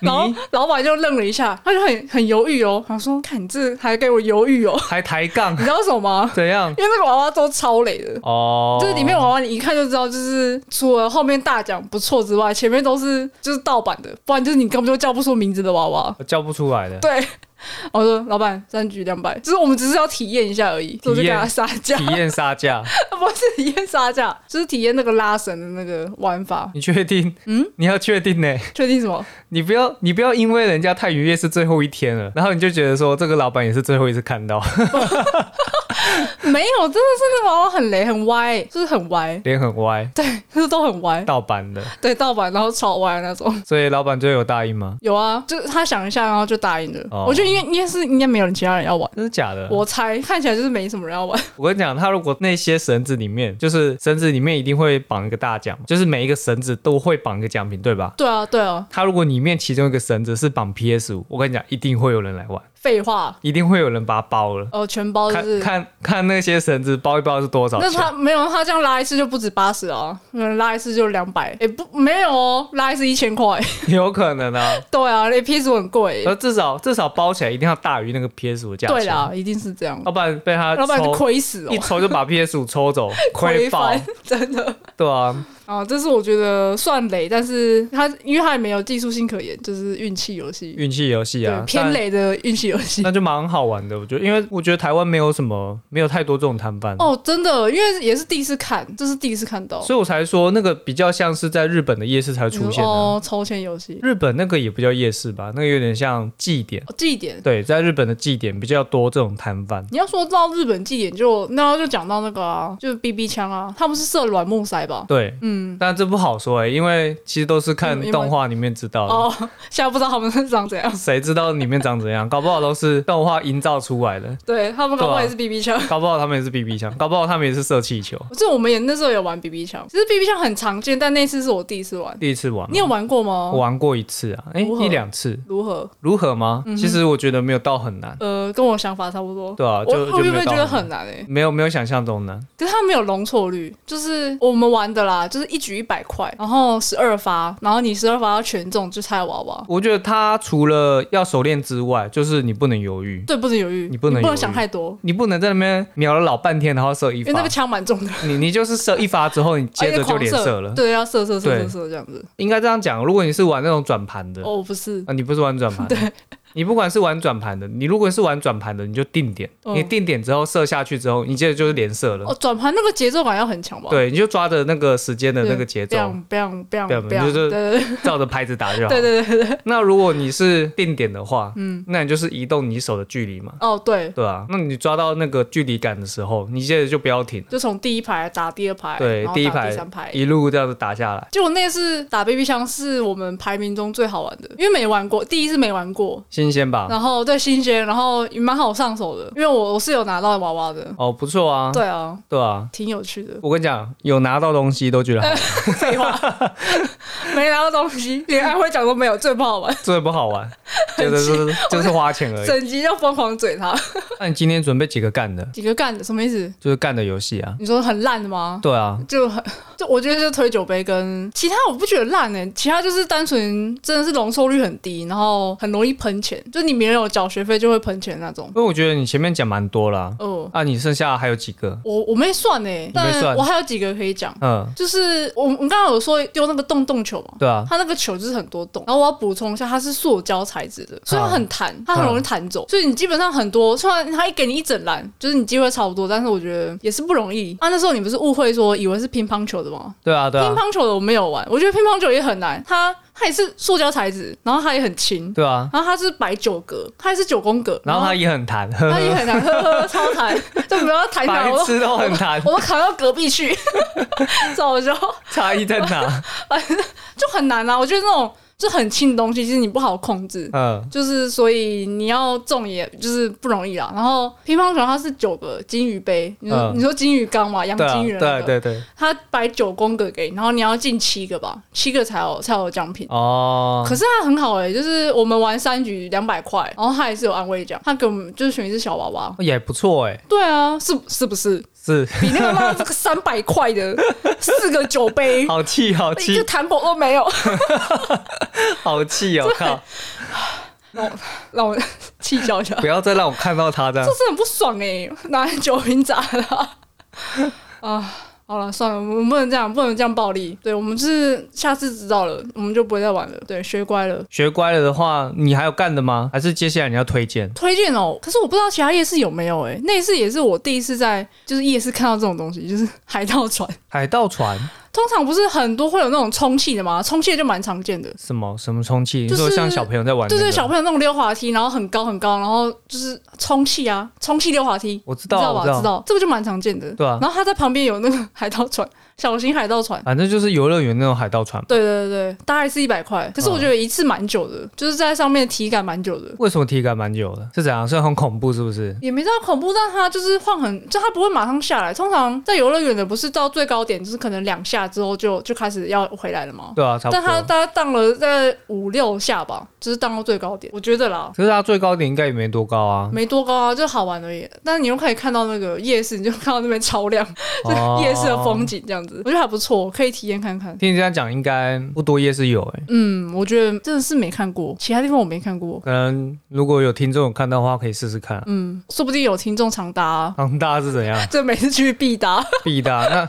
[SPEAKER 1] 然后
[SPEAKER 2] 你
[SPEAKER 1] 老板就愣了一下，他就很很犹豫哦，想说，看你这还给我犹豫哦，
[SPEAKER 2] 还抬杠
[SPEAKER 1] 你知道为什么吗？
[SPEAKER 2] 怎样？
[SPEAKER 1] 因为那个娃娃都超累的，
[SPEAKER 2] 哦，
[SPEAKER 1] 就是里面娃娃你一看就知道，就是除了后面大奖不错之外，前面都是就是盗版的，不然就是你根本就叫不出名字的娃娃。
[SPEAKER 2] 我叫不出来的，
[SPEAKER 1] 对，我说老板三局两百，就是我们只是要体验一下而已，所以我就跟
[SPEAKER 2] 体验
[SPEAKER 1] 他杀价，
[SPEAKER 2] 体验杀价，
[SPEAKER 1] 不是体验杀价，就是体验那个拉绳的那个玩 法。
[SPEAKER 2] 你确定？嗯，你要确定呢、
[SPEAKER 1] 确定什么？
[SPEAKER 2] 你不要你不要因为人家太愉悦是最后一天了，然后你就觉得说这个老板也是最后一次看到，
[SPEAKER 1] 没有，真的是那个娃娃很雷，很歪，就是很歪，
[SPEAKER 2] 脸很歪，
[SPEAKER 1] 对，就是都很 歪，
[SPEAKER 2] 盗版的，
[SPEAKER 1] 对，盗版然后超歪那种。
[SPEAKER 2] 所以老板最后有答应吗？
[SPEAKER 1] 有啊，就是他想一下，然后就答应了。
[SPEAKER 2] 哦嗯
[SPEAKER 1] 我觉得应该应该是应该没有人其他人要玩，
[SPEAKER 2] 真的假的？
[SPEAKER 1] 我猜看起来就是没什么人要玩。
[SPEAKER 2] 我跟你讲，他如果那些绳子里面，就是绳子里面一定会绑一个大奖，就是每一个绳子都会绑一个奖品，对吧？
[SPEAKER 1] 对啊，对啊，
[SPEAKER 2] 他如果里面其中一个绳子是绑 PS 五，我跟你讲，一定会有人来玩，
[SPEAKER 1] 废话，
[SPEAKER 2] 一定会有人把它包了。
[SPEAKER 1] 呃，全包就
[SPEAKER 2] 看
[SPEAKER 1] 是。
[SPEAKER 2] 看看那些绳子包一包是多少
[SPEAKER 1] 那
[SPEAKER 2] 钱？
[SPEAKER 1] 他没有，他这样拉一次就不止八十啊，可能拉一次就两百，哎不没有哦，拉一次一千块，
[SPEAKER 2] 有可能啊，
[SPEAKER 1] 对啊，那 PS 很贵，
[SPEAKER 2] 而至少至少包起来一定要大于那个 PS 五价钱。
[SPEAKER 1] 对啦，一定是这样，
[SPEAKER 2] 要不然被哦他
[SPEAKER 1] 要不然就
[SPEAKER 2] 抽
[SPEAKER 1] 亏死哦
[SPEAKER 2] 一，抽就把 PS 五抽 走，亏爆。
[SPEAKER 1] 翻， 真的
[SPEAKER 2] 对啊，
[SPEAKER 1] 啊，这是我觉得算雷，但是他因为他也没有技术性可言，就是运气游戏，
[SPEAKER 2] 运气游戏啊
[SPEAKER 1] 对，偏
[SPEAKER 2] 但
[SPEAKER 1] 雷的运气游戏
[SPEAKER 2] 那。就蛮好玩的，我觉得，因为我觉得台湾没有什么，没有太多这种摊贩，
[SPEAKER 1] 哦，真的，因为也是第一次看，这是第一次看到。
[SPEAKER 2] 所以我才说那个比较像是在日本的夜市才会出现的。啊
[SPEAKER 1] 哦，抽签游戏，
[SPEAKER 2] 日本那个也不叫夜市吧，那个有点像祭典。
[SPEAKER 1] 哦祭典。
[SPEAKER 2] 对，在日本的祭典比较多这种摊贩。
[SPEAKER 1] 你要说到日本祭典就，那就讲到那个啊，就是 BB 枪啊，他们是射软木塞吧？
[SPEAKER 2] 对，
[SPEAKER 1] 嗯，
[SPEAKER 2] 但这不好说哎、因为其实都是看
[SPEAKER 1] 嗯因为
[SPEAKER 2] 动画里面知道的。
[SPEAKER 1] 哦，现在不知道他们是长怎样。
[SPEAKER 2] 谁知道里面长怎样？搞不好都是动画营造出来的，
[SPEAKER 1] 对他们搞不
[SPEAKER 2] 对
[SPEAKER 1] 好
[SPEAKER 2] 啊
[SPEAKER 1] 也是 BB 枪。
[SPEAKER 2] 搞不好他们也是 BB 枪，搞不好他们也是射气球。
[SPEAKER 1] 这我们也那时候有玩 BB 枪，其实 BB 枪很常见，但那次是我第一次玩。
[SPEAKER 2] 第一次玩吗，
[SPEAKER 1] 你有玩过吗
[SPEAKER 2] 我？玩过一次啊，哎、
[SPEAKER 1] 如何嗯
[SPEAKER 2] 一两次，
[SPEAKER 1] 如何？
[SPEAKER 2] 如何吗？其实我觉得没有到很难，
[SPEAKER 1] 呃，跟我想法差不多。
[SPEAKER 2] 对啊，
[SPEAKER 1] 我
[SPEAKER 2] 就
[SPEAKER 1] 我
[SPEAKER 2] 就
[SPEAKER 1] 原
[SPEAKER 2] 没有
[SPEAKER 1] 本
[SPEAKER 2] 到
[SPEAKER 1] 觉得很难诶、欸
[SPEAKER 2] 没有没有想象中难，
[SPEAKER 1] 可是它没有容错率，就是我们玩的啦，就是一局一百块，然后十二发，然后你十二发要全中就拆娃娃，
[SPEAKER 2] 我觉得它除了要熟练之外，就是你不能犹豫，
[SPEAKER 1] 对，不能犹豫，
[SPEAKER 2] 你不能
[SPEAKER 1] 不
[SPEAKER 2] 犹
[SPEAKER 1] 能
[SPEAKER 2] 豫
[SPEAKER 1] 想太多，
[SPEAKER 2] 你不能在那边瞄了老半天，然后射一
[SPEAKER 1] 因为那
[SPEAKER 2] 发
[SPEAKER 1] 个，枪蛮重的，
[SPEAKER 2] 你你就是射一发之后，你接着 就
[SPEAKER 1] 而且
[SPEAKER 2] 连
[SPEAKER 1] 狂
[SPEAKER 2] 射了。
[SPEAKER 1] 对，要射射射
[SPEAKER 2] 对
[SPEAKER 1] 射射这样子。
[SPEAKER 2] 应该这样讲，如果你是玩那种转盘的，
[SPEAKER 1] 哦，不是，
[SPEAKER 2] 啊，你不是玩转盘，对，你不管是玩转盘的，你如果是玩转盘的，你就定点，
[SPEAKER 1] 哦
[SPEAKER 2] 你定点之后射下去之后，你接着就是连射了，
[SPEAKER 1] 哦，转盘那个节奏感要很强吧？
[SPEAKER 2] 对，你就抓着那个时间的
[SPEAKER 1] 对，
[SPEAKER 2] 那个节奏，
[SPEAKER 1] ，bang bang bang
[SPEAKER 2] bang，
[SPEAKER 1] bang，
[SPEAKER 2] 就
[SPEAKER 1] 对
[SPEAKER 2] 是
[SPEAKER 1] 对对
[SPEAKER 2] 照着拍子打就 好。
[SPEAKER 1] 对对对对，
[SPEAKER 2] 那如果你是定点的话，嗯，那你就是移动你手的距离嘛，
[SPEAKER 1] 哦对，
[SPEAKER 2] 对啊，那你抓到那个距离感的时候，你接着就不要停，
[SPEAKER 1] 就从第一排打第二排，
[SPEAKER 2] 对
[SPEAKER 1] 然后
[SPEAKER 2] 第一
[SPEAKER 1] 打
[SPEAKER 2] 排
[SPEAKER 1] 第三排。
[SPEAKER 2] 一路这样子打下来。
[SPEAKER 1] 就我那次打 BB 枪是我们排名中最好玩的，因为没玩过，第一次没玩过，
[SPEAKER 2] 新鲜吧？
[SPEAKER 1] 然后对新鲜，然后也蛮好上手的，因为我我是有拿到娃娃的，
[SPEAKER 2] 哦，不错啊，
[SPEAKER 1] 对啊，
[SPEAKER 2] 对啊，。
[SPEAKER 1] 挺有趣的
[SPEAKER 2] 我跟你讲，有拿到东西都觉得 好玩，
[SPEAKER 1] 废话，没拿到东西，连安徽奖都没有，最不好 玩，
[SPEAKER 2] 最不好 玩，觉得就是 就是花钱而已。
[SPEAKER 1] 整集就疯狂嘴他。
[SPEAKER 2] 那你今天准备几个干的？
[SPEAKER 1] 几个干的什么意思？
[SPEAKER 2] 就是干的游戏啊？
[SPEAKER 1] 你说很烂的吗？
[SPEAKER 2] 对啊，
[SPEAKER 1] 就很，就我觉得就推酒杯跟其他我不觉得烂诶、其他就是单纯真的是容错率很低，然后很容易喷钱，就你没有缴学费就会喷钱那种
[SPEAKER 2] 因。为我觉得你前面讲蛮多啦，
[SPEAKER 1] 哦、
[SPEAKER 2] 啊，你剩下还有几个？
[SPEAKER 1] 我我没算诶、但
[SPEAKER 2] 算
[SPEAKER 1] 我还有几个可以讲，
[SPEAKER 2] 嗯，
[SPEAKER 1] 就是我我们刚刚有说丢那个洞洞球嘛，
[SPEAKER 2] 对啊，
[SPEAKER 1] 它那个球就是很多洞，然后我要补充一下，它是塑胶材质的，
[SPEAKER 2] 啊
[SPEAKER 1] 所以它很弹，它很容易弹走，所以你基本上很多，虽然它一给你一整篮，就是你机会差不多，但是我觉得也是不容易。啊，那时候你不是误会说以为是乒乓球的吗？
[SPEAKER 2] 对啊，对
[SPEAKER 1] 乒
[SPEAKER 2] 啊，
[SPEAKER 1] 乓球的我没有玩，我觉得乒乓球也很难，它它也是塑胶材质，然后它也很轻，
[SPEAKER 2] 对啊，
[SPEAKER 1] 然后它是摆九格，它也是九宫格，
[SPEAKER 2] 然后他也很弹，
[SPEAKER 1] 它哦它也 很难，呵呵，超弹，就不要弹起来，
[SPEAKER 2] 白
[SPEAKER 1] 我都
[SPEAKER 2] 痴都很弹，
[SPEAKER 1] 我都扛到隔壁去， 早就。
[SPEAKER 2] 差异在 哪？
[SPEAKER 1] 就很难啊。我觉得那种就很轻的东西，其实你不好控制，
[SPEAKER 2] 嗯，
[SPEAKER 1] 就是所以你要中也就是不容易啦。然后乒乓球它是九个金鱼杯，你说、
[SPEAKER 2] 嗯
[SPEAKER 1] 你说金鱼缸嘛，养
[SPEAKER 2] 对啊，
[SPEAKER 1] 金鱼的那个，
[SPEAKER 2] 对对对，
[SPEAKER 1] 它摆九宫格给你，然后你要进七个吧，七个才有才有奖品。
[SPEAKER 2] 哦
[SPEAKER 1] 可，是它很好哎、就是我们玩三局两百块，然后它也是有安慰奖，它给我们就是选一只小娃娃。
[SPEAKER 2] 也不错哎，
[SPEAKER 1] 对啊，是是不是
[SPEAKER 2] 是，
[SPEAKER 1] 比那个妈这个三百块的四个酒杯，
[SPEAKER 2] 好气好
[SPEAKER 1] 一个
[SPEAKER 2] 气
[SPEAKER 1] 糖果都没有？
[SPEAKER 2] 好 气哦！靠，
[SPEAKER 1] 让我气消一 下。
[SPEAKER 2] 不要再让我看到他 这样
[SPEAKER 1] 这。是很不爽哎、拿酒瓶砸他啊！好了，算了，我们不能这样，不能这样暴力。对我们就是下次知道了，我们就不会再玩了。对，学乖了。
[SPEAKER 2] 学乖了的话，你还有干的吗？还是接下来你要推荐？
[SPEAKER 1] 推荐哦，可是我不知道其他夜市有没有哎、 那一次也是我第一次在就是夜市看到这种东西，就是海盗船。
[SPEAKER 2] 海盗船，
[SPEAKER 1] 通常不是很多会有那种充气的吗？充气的就蛮常见的。
[SPEAKER 2] 什么什么充气？你
[SPEAKER 1] 就是
[SPEAKER 2] 说像小朋友在玩、那
[SPEAKER 1] 对
[SPEAKER 2] 个
[SPEAKER 1] 对，小朋友那种溜滑梯，然后很高很高，然后就是充气啊，充气溜滑梯，
[SPEAKER 2] 我知
[SPEAKER 1] 你
[SPEAKER 2] 道啊，
[SPEAKER 1] 吧？
[SPEAKER 2] 我知道，
[SPEAKER 1] 知道，这个就蛮常见的。
[SPEAKER 2] 对啊
[SPEAKER 1] 然后他在旁边有那个海盗船， 小型海盗船。
[SPEAKER 2] 反正就是游乐园那种海盗船。
[SPEAKER 1] 对对对对，大概是一百块，可是我觉得一次蛮久
[SPEAKER 2] 嗯
[SPEAKER 1] 的，就是在上面体感蛮久的，
[SPEAKER 2] 为什么体感蛮久的？是怎样？是很恐怖是不是？
[SPEAKER 1] 也没到恐怖，但它就是晃很，就它不会马上下来。通常在游乐园的不是到最高点，就是可能两下之后就就开始要回来了吗？
[SPEAKER 2] 对啊，差不
[SPEAKER 1] 哦但它
[SPEAKER 2] 多。
[SPEAKER 1] 大概荡了大概五六下吧，就是荡到最高点，我觉得啦。
[SPEAKER 2] 可是它最高点应该也没多高啊。
[SPEAKER 1] 没多高啊，就好玩而已。但是你又可以看到那个夜市，你就看到那边超亮，
[SPEAKER 2] 哦
[SPEAKER 1] 夜市的风景这样子，我觉得还不错，可以体验看看。
[SPEAKER 2] 听你这样讲，应该不多夜市有诶、
[SPEAKER 1] 嗯，我觉得真的是没看过，其他地方我没看过。
[SPEAKER 2] 可能如果有听众有看到的话，可以试试看。
[SPEAKER 1] 嗯，说不定有听众常搭、啊，
[SPEAKER 2] 嗯，大家是怎样
[SPEAKER 1] 这每次去必搭，
[SPEAKER 2] 必搭？那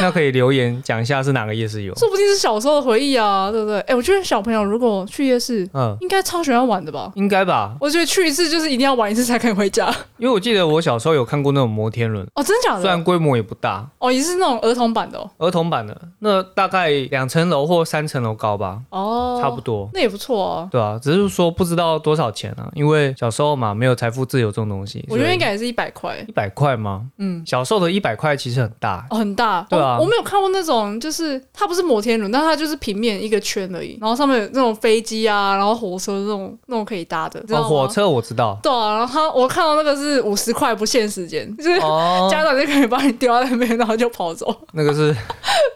[SPEAKER 2] 那可以留言讲一下是哪个夜市 有？
[SPEAKER 1] 说不定是小时候的回忆啊，对不对？哎、我觉得小朋友如果去夜市，
[SPEAKER 2] 嗯，
[SPEAKER 1] 应该超喜欢玩的吧？
[SPEAKER 2] 应该吧，
[SPEAKER 1] 我觉得去一次就是一定要玩一次才可以回家。
[SPEAKER 2] 因为我记得我小时候有看过那种摩天轮，
[SPEAKER 1] 哦，真的假
[SPEAKER 2] 虽然
[SPEAKER 1] 的？
[SPEAKER 2] 规模也不大，
[SPEAKER 1] 哦，也是那种儿童版的哦。
[SPEAKER 2] 儿童版的，那大概两层楼或三层楼高吧，
[SPEAKER 1] 哦，
[SPEAKER 2] 差不，多。
[SPEAKER 1] 那也不错哦、
[SPEAKER 2] 对啊，只是说不知道多少钱啊，因为小时候嘛，没有财富自由这种东西。
[SPEAKER 1] 我觉得应该也是一百块。
[SPEAKER 2] 一百块吗？
[SPEAKER 1] 嗯，
[SPEAKER 2] 小时候的一百块其实很大，
[SPEAKER 1] 哦，很大，
[SPEAKER 2] 对啊
[SPEAKER 1] 我我没有看过那种，就是它不是摩天轮，但它就是平面一个圈而已，然后上面有那种飞机啊，然后火车那种那种可以搭的，知道
[SPEAKER 2] 哦，
[SPEAKER 1] 吗。
[SPEAKER 2] 火车我知道
[SPEAKER 1] 对啊，然后他我看到那个是五十块不限时间，就是
[SPEAKER 2] 哦，
[SPEAKER 1] 家长就可以把你丢在那边，然后就跑走，
[SPEAKER 2] 那个是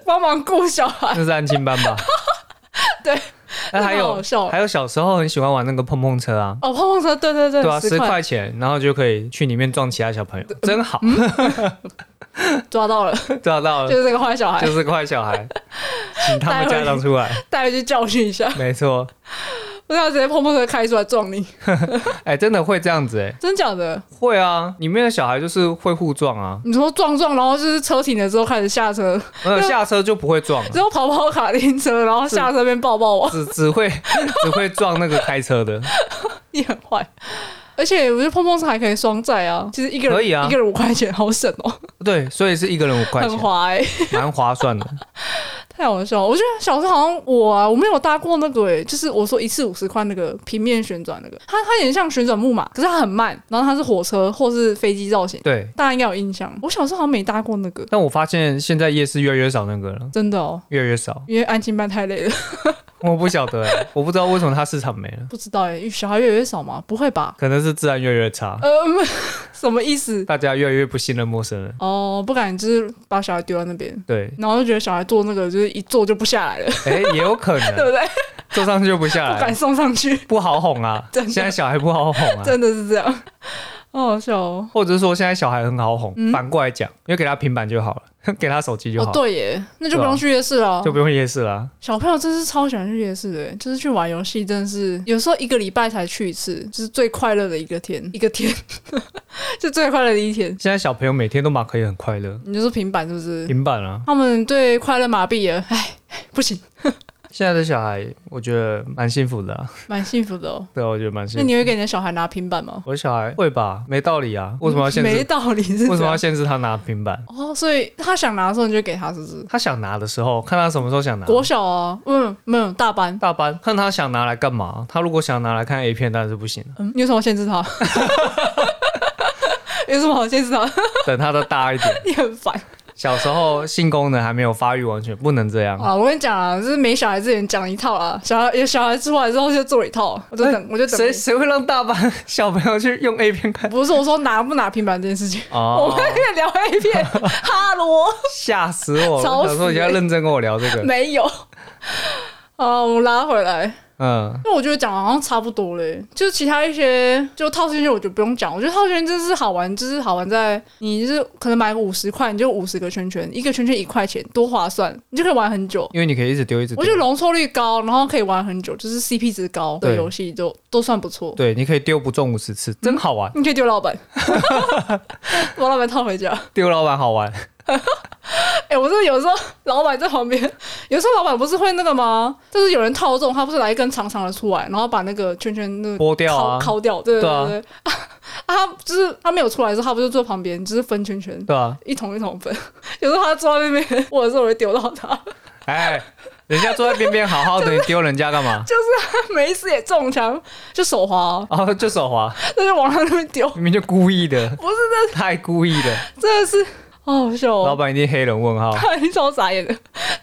[SPEAKER 1] 帮忙顾小孩，
[SPEAKER 2] 那是安亲班吧？
[SPEAKER 1] 对。
[SPEAKER 2] 那还
[SPEAKER 1] 那蛮
[SPEAKER 2] 有
[SPEAKER 1] 好笑的
[SPEAKER 2] 还有小时候很喜欢玩那个碰碰车啊，
[SPEAKER 1] 哦，碰碰车，对对对，
[SPEAKER 2] 对啊，十
[SPEAKER 1] 10块
[SPEAKER 2] 块钱，然后就可以去里面撞其他小朋友，真好，
[SPEAKER 1] 抓到了，
[SPEAKER 2] 抓到
[SPEAKER 1] 嗯就
[SPEAKER 2] 了，
[SPEAKER 1] 是这个坏小孩
[SPEAKER 2] 呃就，是坏 小孩，请他们
[SPEAKER 1] 带回
[SPEAKER 2] 家长出来，
[SPEAKER 1] 带回去教训一下，
[SPEAKER 2] 没错，
[SPEAKER 1] 不然直接碰碰车开出来撞你，
[SPEAKER 2] 哎，真的会这样子哎，
[SPEAKER 1] 真假的？
[SPEAKER 2] 会啊，里面的小孩就是会互撞啊，
[SPEAKER 1] 你说撞撞，然后就是车停了之后开始下车，
[SPEAKER 2] 没有下车就不会撞了，啊
[SPEAKER 1] 之后跑跑卡丁车，然后下车边抱抱我，
[SPEAKER 2] 只只会只会撞那个开车的，
[SPEAKER 1] 你很坏。而且我觉得碰碰车还可以双载啊，其实一个人
[SPEAKER 2] 可以啊
[SPEAKER 1] 一个人五块钱，好省哦，
[SPEAKER 2] 对，所以是一个人五块
[SPEAKER 1] 很
[SPEAKER 2] 钱，
[SPEAKER 1] 划哎、
[SPEAKER 2] 蛮划算的。
[SPEAKER 1] 太好笑了！我觉得小时候好像我啊，我没有搭过那个诶、就是我说一次五十块那个平面旋转那个，它它有点像旋转木马，可是它很慢，然后它是火车或是飞机造型，
[SPEAKER 2] 对，
[SPEAKER 1] 大家应该有印象。我小时候好像没搭过那个，
[SPEAKER 2] 但我发现现在夜市越来越少那个了，
[SPEAKER 1] 真的哦，
[SPEAKER 2] 越来越少，
[SPEAKER 1] 因为安静班太累了，
[SPEAKER 2] 我不晓得欸、我不知道为什么它市场没了，
[SPEAKER 1] 不知道诶、小孩越来越少吗？不会吧？
[SPEAKER 2] 可能是治安越来越差，
[SPEAKER 1] 呃，什么意思？
[SPEAKER 2] 大家越来越不信任陌生人。
[SPEAKER 1] 哦，不敢就是把小孩丢在那边，
[SPEAKER 2] 对，
[SPEAKER 1] 然后就觉得小孩坐那个就是一坐就不下来了，
[SPEAKER 2] 哎、也有可
[SPEAKER 1] 对
[SPEAKER 2] 能
[SPEAKER 1] 不对？
[SPEAKER 2] 坐上去就不下
[SPEAKER 1] 不敢
[SPEAKER 2] 来，
[SPEAKER 1] 送上去，
[SPEAKER 2] 不好哄啊。
[SPEAKER 1] 真的
[SPEAKER 2] 现在小孩不好哄 啊，
[SPEAKER 1] 真的是这样，好好笑哦。
[SPEAKER 2] 或者是说现在小孩很好哄，反过来讲，因为给他平板就好了， 给他手机
[SPEAKER 1] 嗯
[SPEAKER 2] 就
[SPEAKER 1] 哦
[SPEAKER 2] 好，，了，
[SPEAKER 1] 对耶，那就
[SPEAKER 2] 对
[SPEAKER 1] 不
[SPEAKER 2] 啊
[SPEAKER 1] 用去夜市了，
[SPEAKER 2] 就不用夜市了。
[SPEAKER 1] 小朋友真是超喜欢去夜市的，就是去玩游戏，真的是有时候一个礼拜才去一次，就是最快乐的一个天，一个天， 就最快乐的一天。
[SPEAKER 2] 现在小朋友每天都嘛可以很快乐，
[SPEAKER 1] 你就说平板是不是？
[SPEAKER 2] 平板啊。
[SPEAKER 1] 他们对快乐麻痹了，唉，不行，
[SPEAKER 2] 现在的小孩，我觉得蛮幸福的、啊，
[SPEAKER 1] 蛮幸福的哦。
[SPEAKER 2] 对啊，我觉得蛮幸
[SPEAKER 1] 那
[SPEAKER 2] 福。
[SPEAKER 1] 你会给你的小孩拿平板吗？
[SPEAKER 2] 我小孩会吧？没道理啊，为什么要限
[SPEAKER 1] 没啊
[SPEAKER 2] 制？
[SPEAKER 1] 道理是
[SPEAKER 2] 为
[SPEAKER 1] 这
[SPEAKER 2] 什么要
[SPEAKER 1] 样
[SPEAKER 2] 限制他拿平板？
[SPEAKER 1] 哦，所以他想拿的时候你就给他，是不是？
[SPEAKER 2] 他想拿的时候，看他什么时候想拿。
[SPEAKER 1] 国小啊，嗯，没有大班，
[SPEAKER 2] 大班看他想拿来干嘛？他如果想拿来看 A 片，当然是不行了。
[SPEAKER 1] 嗯，你有什么限制他？ 有什么好限制他？
[SPEAKER 2] 等他再大一点，
[SPEAKER 1] 你很烦。
[SPEAKER 2] 小时候性功能还没有发育完全，不能这样。
[SPEAKER 1] 啊，我跟你讲啊，就是没小孩之前讲一套啊，小孩有小孩出来之后就做一套，我就等，我就等
[SPEAKER 2] 哎谁
[SPEAKER 1] 你。
[SPEAKER 2] 谁会让大班 小朋友去用 A 片看？
[SPEAKER 1] 不是我说拿不拿平板这件事情，我
[SPEAKER 2] 哦
[SPEAKER 1] 们，越聊 A 片，哈罗
[SPEAKER 2] 吓死 我！
[SPEAKER 1] 吵
[SPEAKER 2] 我
[SPEAKER 1] 死
[SPEAKER 2] 想说你要认真跟我聊这 个，
[SPEAKER 1] 没有。啊，我们拉回来，
[SPEAKER 2] 嗯，
[SPEAKER 1] 因为我觉得讲的好像差不多嘞、就其他一些就套圈圈，我就不用讲。我觉得套圈圈真是好玩，就是好玩在你就是可能买个五十块，你就五十个圈圈，一个圈圈一块钱，多划算，你就可以玩很久。
[SPEAKER 2] 因为你可以一直丢，一直丢
[SPEAKER 1] 我觉。得容错率高，然后可以玩很久，就是 CP 值高的
[SPEAKER 2] 对
[SPEAKER 1] 游戏都都算不错。
[SPEAKER 2] 对，你可以丢不中五十次，真好玩。
[SPEAKER 1] 你可以丢老 板，把老板套回家。
[SPEAKER 2] 丢老板好 玩，
[SPEAKER 1] 哎、我真的有时候老板在旁边，有时候老板不是会那个吗？就是有人套中，他不是来一根长长的出来，然后把那个圈圈那个
[SPEAKER 2] 剥掉
[SPEAKER 1] 敲
[SPEAKER 2] 啊。
[SPEAKER 1] 敲掉，对对
[SPEAKER 2] 对啊
[SPEAKER 1] 对。啊他就是他没有出来的时候，他不就坐旁边，就是分圈圈，
[SPEAKER 2] 对吧、
[SPEAKER 1] 一桶一桶分。有时候他坐在那边，我有时候我会丢到他，
[SPEAKER 2] 哎，人家坐在边边好好的，你丢人家干嘛？
[SPEAKER 1] 他每一次也中枪，就手滑、哦，
[SPEAKER 2] 哦，就手滑，
[SPEAKER 1] 他就往他那边丢，
[SPEAKER 2] 明明就故意的，
[SPEAKER 1] 不是那
[SPEAKER 2] 太故意了。
[SPEAKER 1] 真的是好好笑
[SPEAKER 2] 老
[SPEAKER 1] 哦。
[SPEAKER 2] 板一定黑人问号，
[SPEAKER 1] 看超傻眼的，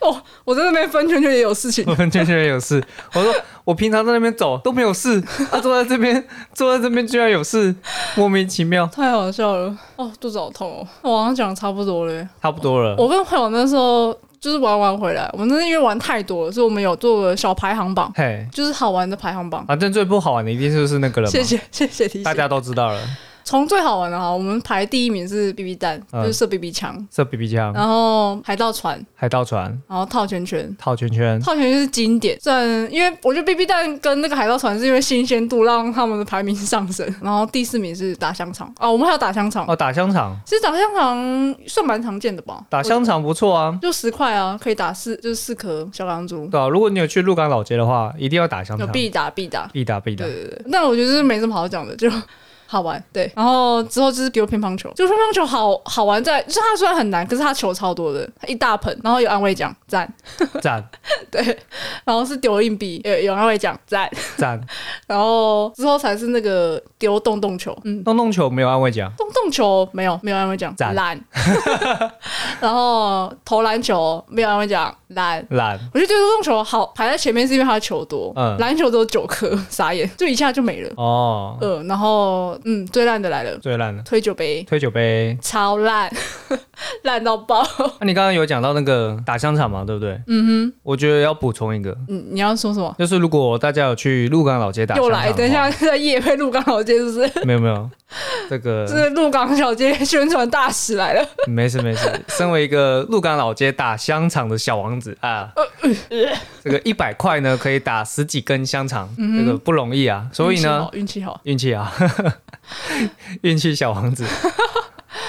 [SPEAKER 1] 哦，我在那边分圈圈也有事 情
[SPEAKER 2] 我，们这些人有事。我说我平常在那边走都没有事，他、坐在这边，坐在这边居然有事，莫名其妙。
[SPEAKER 1] 太好笑了。哦，肚子好痛哦，我好像讲的差不多了。欸
[SPEAKER 2] 差不多了，
[SPEAKER 1] 我跟朋友那时候就是玩玩回来，我们那天因为玩太多了，所以我们有做个小排行榜，
[SPEAKER 2] 嘿，
[SPEAKER 1] 就是好玩的排行榜。
[SPEAKER 2] 反正最不嗯好玩的一定就是那个了嘛，
[SPEAKER 1] 谢谢谢谢提
[SPEAKER 2] 大
[SPEAKER 1] 醒。
[SPEAKER 2] 家都知道了，
[SPEAKER 1] 从最好玩的哈，我们排第一名是 BB 弹，
[SPEAKER 2] 嗯
[SPEAKER 1] 就是射 BB 枪，
[SPEAKER 2] 射 BB 枪、
[SPEAKER 1] 然后海盗船，
[SPEAKER 2] 海盗船、
[SPEAKER 1] 然后套圈圈。
[SPEAKER 2] 套圈圈，
[SPEAKER 1] 套圈圈是经典，虽然因为我觉得 BB 弹跟那个海盗船是因为新鲜度让他们的排名上升。然后第四名是打香肠啊，我们还有打香肠，
[SPEAKER 2] 哦，打香肠，
[SPEAKER 1] 其实打香肠算蛮常见的吧，
[SPEAKER 2] 打香肠不错啊，
[SPEAKER 1] 就十块啊，可以打四就是四颗小钢珠，
[SPEAKER 2] 对啊，如果你有去鹿港老街的话，一定要打香
[SPEAKER 1] 有
[SPEAKER 2] 肠，
[SPEAKER 1] 必打必打。
[SPEAKER 2] 必打必打
[SPEAKER 1] 对，对对，那我觉得是没什么好讲的，就 好玩。对，然后之后就是丢乒乓球，就乒乓球好好玩在，就是它虽然很难，可是它球超多的，一大盆，然后有安慰奖，赞。
[SPEAKER 2] 赞
[SPEAKER 1] 对，然后是丢硬币，有有安慰奖，赞。
[SPEAKER 2] 赞。
[SPEAKER 1] 然后之后才是那个丢洞洞球，嗯。
[SPEAKER 2] 洞洞球没有安慰奖，
[SPEAKER 1] 洞洞球没有没有安慰奖，
[SPEAKER 2] 赞
[SPEAKER 1] 烂。 然后投篮球没有安慰奖，烂。
[SPEAKER 2] 懒，
[SPEAKER 1] 我觉得丢洞球好排在前面是因为它的球多，
[SPEAKER 2] 嗯
[SPEAKER 1] 篮球只有九颗，傻眼，就一下就没了。
[SPEAKER 2] 哦，
[SPEAKER 1] 呃，然后嗯，最烂的来了，
[SPEAKER 2] 最烂了，
[SPEAKER 1] 推酒杯，
[SPEAKER 2] 推酒杯。
[SPEAKER 1] 超烂， 烂到爆。
[SPEAKER 2] 那、啊你刚刚有讲到那个打香肠嘛，对不对？嗯哼，我觉得要补充一个，
[SPEAKER 1] 你你要说什么？
[SPEAKER 2] 就是如果大家有去鹿港老街打香哦
[SPEAKER 1] 又
[SPEAKER 2] 肠的话，
[SPEAKER 1] 来，等一下在夜配鹿港小街是不是？
[SPEAKER 2] 没有没有，这
[SPEAKER 1] 这
[SPEAKER 2] 个
[SPEAKER 1] 是鹿港小街宣传大使来了。
[SPEAKER 2] 没事没事。身为一个鹿港老街打香肠的小王子啊，
[SPEAKER 1] 呃
[SPEAKER 2] 这个一百块呢可以打十几根香肠，
[SPEAKER 1] 嗯
[SPEAKER 2] 这个不容易啊。所以呢，
[SPEAKER 1] 运气好，
[SPEAKER 2] 运气啊， 运气小 王子。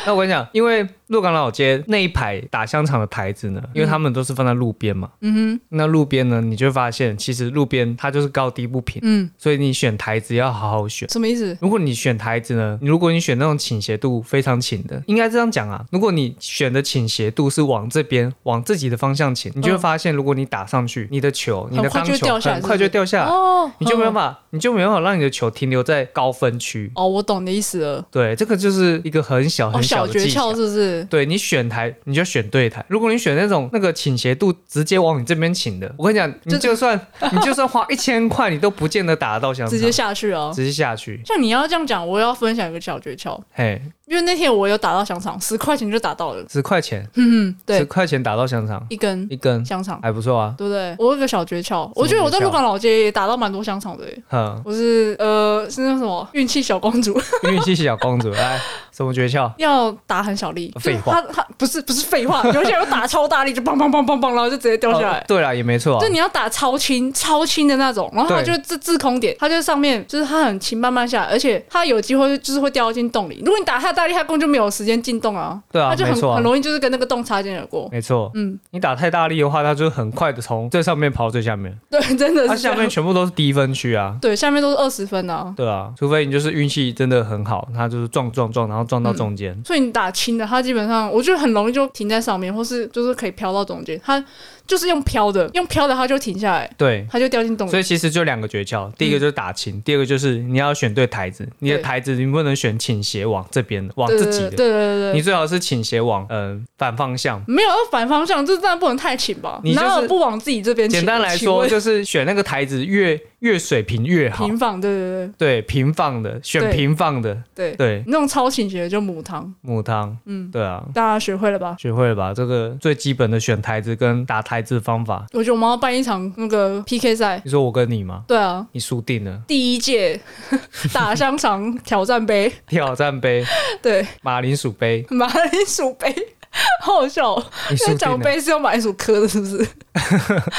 [SPEAKER 2] 那我跟你讲，因为鹿港老街那一排打香肠的台子
[SPEAKER 1] 嗯
[SPEAKER 2] 呢，因为他们都是放在路边嘛，嗯哼，那路边呢，你就会发现其实路边它就是高低不平，
[SPEAKER 1] 嗯，
[SPEAKER 2] 所以你选台子要好好选。
[SPEAKER 1] 什么意思？
[SPEAKER 2] 如果你选台子呢，如果你选那种倾斜度非常倾的，应该这样讲啊，如果你选的倾斜度是往这边往自己的方向倾，你就会发现，如果你打上去，你的球、你
[SPEAKER 1] 嗯
[SPEAKER 2] 的
[SPEAKER 1] 很快
[SPEAKER 2] 钢
[SPEAKER 1] 就
[SPEAKER 2] 球
[SPEAKER 1] 掉下来
[SPEAKER 2] 很快
[SPEAKER 1] 是不
[SPEAKER 2] 就是掉下来，
[SPEAKER 1] 哦，
[SPEAKER 2] 啊你就没办
[SPEAKER 1] 法。
[SPEAKER 2] 法，你就没办法让你的球停留在高分区。
[SPEAKER 1] 哦，我懂你的意思了。
[SPEAKER 2] 对，这个就是一个很小
[SPEAKER 1] 哦，
[SPEAKER 2] 很
[SPEAKER 1] 小
[SPEAKER 2] 的
[SPEAKER 1] 诀
[SPEAKER 2] 技巧。
[SPEAKER 1] 窍是不是？
[SPEAKER 2] 对你选台，你就选对台。如果你选那种那个倾斜度直接往你这边倾的，我跟你讲，你
[SPEAKER 1] 这
[SPEAKER 2] 就算你就算花一千块，你都不见得打得到香肠，
[SPEAKER 1] 直接下去哦。
[SPEAKER 2] 直接下去。
[SPEAKER 1] 像你要这样讲，我要分享一个小诀窍，
[SPEAKER 2] 嘿，
[SPEAKER 1] 因为那天我有打到香肠，十块钱就打到了。
[SPEAKER 2] 十块钱，
[SPEAKER 1] 嗯，嗯，
[SPEAKER 2] 十
[SPEAKER 1] 对，
[SPEAKER 2] 块钱打到香肠
[SPEAKER 1] 一根
[SPEAKER 2] 一根，
[SPEAKER 1] 香肠，
[SPEAKER 2] 还不错啊。
[SPEAKER 1] 对不对？我有个小诀窍，我觉得我在
[SPEAKER 2] 诀窍
[SPEAKER 1] 鹿港老街也打到蛮多香肠的耶。
[SPEAKER 2] 哼，
[SPEAKER 1] 我是呃是那什么运气小公主，
[SPEAKER 2] 运气小公主，来，什么诀窍？
[SPEAKER 1] 要打很小力，
[SPEAKER 2] 废话
[SPEAKER 1] 就是他他不是不是废话，有些人打超大力就砰砰砰砰砰，然后就直接掉下
[SPEAKER 2] 哦
[SPEAKER 1] 来。
[SPEAKER 2] 对啦，也没错啊
[SPEAKER 1] 就。你要打超轻、超轻的那种，然后它
[SPEAKER 2] 对
[SPEAKER 1] 就自自空点，它就上面就是它很轻，慢慢下来，而且它有机会就是会掉进洞里。如果你打太大力，它根本就没有时间进洞啊，
[SPEAKER 2] 对啊
[SPEAKER 1] 它就
[SPEAKER 2] 没
[SPEAKER 1] 很
[SPEAKER 2] 错啊
[SPEAKER 1] 很容易就是跟那个洞擦肩而过。
[SPEAKER 2] 没错，
[SPEAKER 1] 嗯，
[SPEAKER 2] 你打太大力的话，它就很快的从最上面跑到最下面，
[SPEAKER 1] 对，真的
[SPEAKER 2] 它
[SPEAKER 1] 是这
[SPEAKER 2] 下
[SPEAKER 1] 样
[SPEAKER 2] 面全部都是低分区啊。
[SPEAKER 1] 对，下面都是二十分啊，
[SPEAKER 2] 对啊，除非你就是运气真的很好，它就是撞撞撞，然后撞到中间。
[SPEAKER 1] 所以你打轻的，它基本上我觉得很容易就停在上面，或是就是可以飘到中间。它就是用飘的，用飘的它就停下来，
[SPEAKER 2] 对，
[SPEAKER 1] 它就掉进洞
[SPEAKER 2] 所
[SPEAKER 1] 里。
[SPEAKER 2] 以其实就两个诀窍，第一个就是打
[SPEAKER 1] 嗯
[SPEAKER 2] 琴，第二个就是你要选对台子，你的台子你不能选倾斜往这边的，往
[SPEAKER 1] 对
[SPEAKER 2] 自
[SPEAKER 1] 对
[SPEAKER 2] 己
[SPEAKER 1] 对
[SPEAKER 2] 的，
[SPEAKER 1] 对对
[SPEAKER 2] 你
[SPEAKER 1] 对，
[SPEAKER 2] 最好是倾斜往嗯、呃反方向。
[SPEAKER 1] 没有要反方向，这当然不能太轻吧？
[SPEAKER 2] 你就是
[SPEAKER 1] 哪有不往自己这边倾的？
[SPEAKER 2] 简单来
[SPEAKER 1] 请
[SPEAKER 2] 说，
[SPEAKER 1] 问
[SPEAKER 2] 就是选那个台子越越水平越好，
[SPEAKER 1] 平放，对对
[SPEAKER 2] 对平放的，选
[SPEAKER 1] 对
[SPEAKER 2] 平放的，
[SPEAKER 1] 对对，
[SPEAKER 2] 对
[SPEAKER 1] 那种超倾斜的就母汤，
[SPEAKER 2] 母汤，
[SPEAKER 1] 嗯，
[SPEAKER 2] 对啊，
[SPEAKER 1] 大家学会了吧？
[SPEAKER 2] 学会了吧？这个最基本的选台子跟打台子方法。
[SPEAKER 1] 我觉得我们要办一场那个 PK 赛，
[SPEAKER 2] 你说我跟你吗？
[SPEAKER 1] 对啊，
[SPEAKER 2] 你输定了，
[SPEAKER 1] 第一届 打香肠挑战杯，
[SPEAKER 2] 挑战 杯、
[SPEAKER 1] 对，
[SPEAKER 2] 马铃薯杯，
[SPEAKER 1] 马铃薯杯， 好好笑、哦。
[SPEAKER 2] 你
[SPEAKER 1] 这
[SPEAKER 2] 输
[SPEAKER 1] 个奖
[SPEAKER 2] 定了。
[SPEAKER 1] 杯是用马铃薯磕的，是不 是？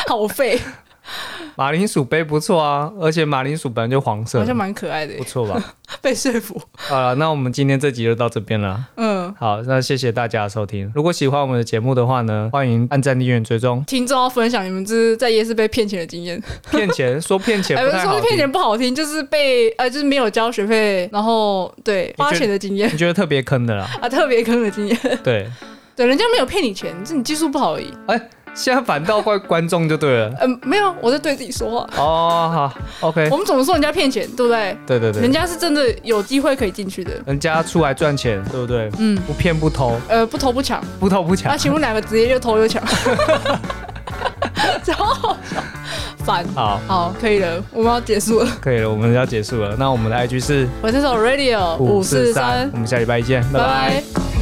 [SPEAKER 1] 好废，
[SPEAKER 2] 马铃薯杯不错啊，而且马铃薯本来就黄色
[SPEAKER 1] 好
[SPEAKER 2] 的
[SPEAKER 1] 像，蛮可爱的
[SPEAKER 2] 不
[SPEAKER 1] 耶，
[SPEAKER 2] 错吧？
[SPEAKER 1] 被说服。
[SPEAKER 2] 好了，那我们今天这集就到这边了。
[SPEAKER 1] 嗯，
[SPEAKER 2] 好，那谢谢大家的收听。如果喜欢我们的节目的话呢，欢迎按赞、订阅、追踪。
[SPEAKER 1] 听众要分享你们就是在夜市被骗钱的经验，
[SPEAKER 2] 骗钱说骗钱
[SPEAKER 1] 哎，
[SPEAKER 2] 不
[SPEAKER 1] 不是
[SPEAKER 2] 太
[SPEAKER 1] 说
[SPEAKER 2] 好
[SPEAKER 1] 是骗
[SPEAKER 2] 听，
[SPEAKER 1] 钱不好听，就是被呃，就是没有交学费，然后对花钱的经验
[SPEAKER 2] 你觉得特别坑的啦？
[SPEAKER 1] 啊，特别坑的经验。
[SPEAKER 2] 对，
[SPEAKER 1] 对，人家没有骗你钱，是你技术不好而已。
[SPEAKER 2] 现在反倒怪观众就对了。
[SPEAKER 1] 嗯、没有，我在对自己说话。
[SPEAKER 2] 哦，好，OK，
[SPEAKER 1] 我们总是说人家骗钱，对不对？
[SPEAKER 2] 对对
[SPEAKER 1] 人
[SPEAKER 2] 对，
[SPEAKER 1] 家是真的有机会可以进去的。
[SPEAKER 2] 人家出来赚钱，对不对？
[SPEAKER 1] 嗯，
[SPEAKER 2] 不骗不偷，
[SPEAKER 1] 呃，不偷不 抢。
[SPEAKER 2] 不偷不
[SPEAKER 1] 那、
[SPEAKER 2] 抢。
[SPEAKER 1] 请问哪个职业又偷又 抢？ 超好笑烦。
[SPEAKER 2] 好，
[SPEAKER 1] 好，可以了，我们要结束了。
[SPEAKER 2] 可以了，我们要结束了。那我们的 IG 是
[SPEAKER 1] 我是首 Radio
[SPEAKER 2] 五四三，
[SPEAKER 1] 543
[SPEAKER 2] 我，们下礼拜一见，
[SPEAKER 1] 拜
[SPEAKER 2] 拜拜
[SPEAKER 1] 拜。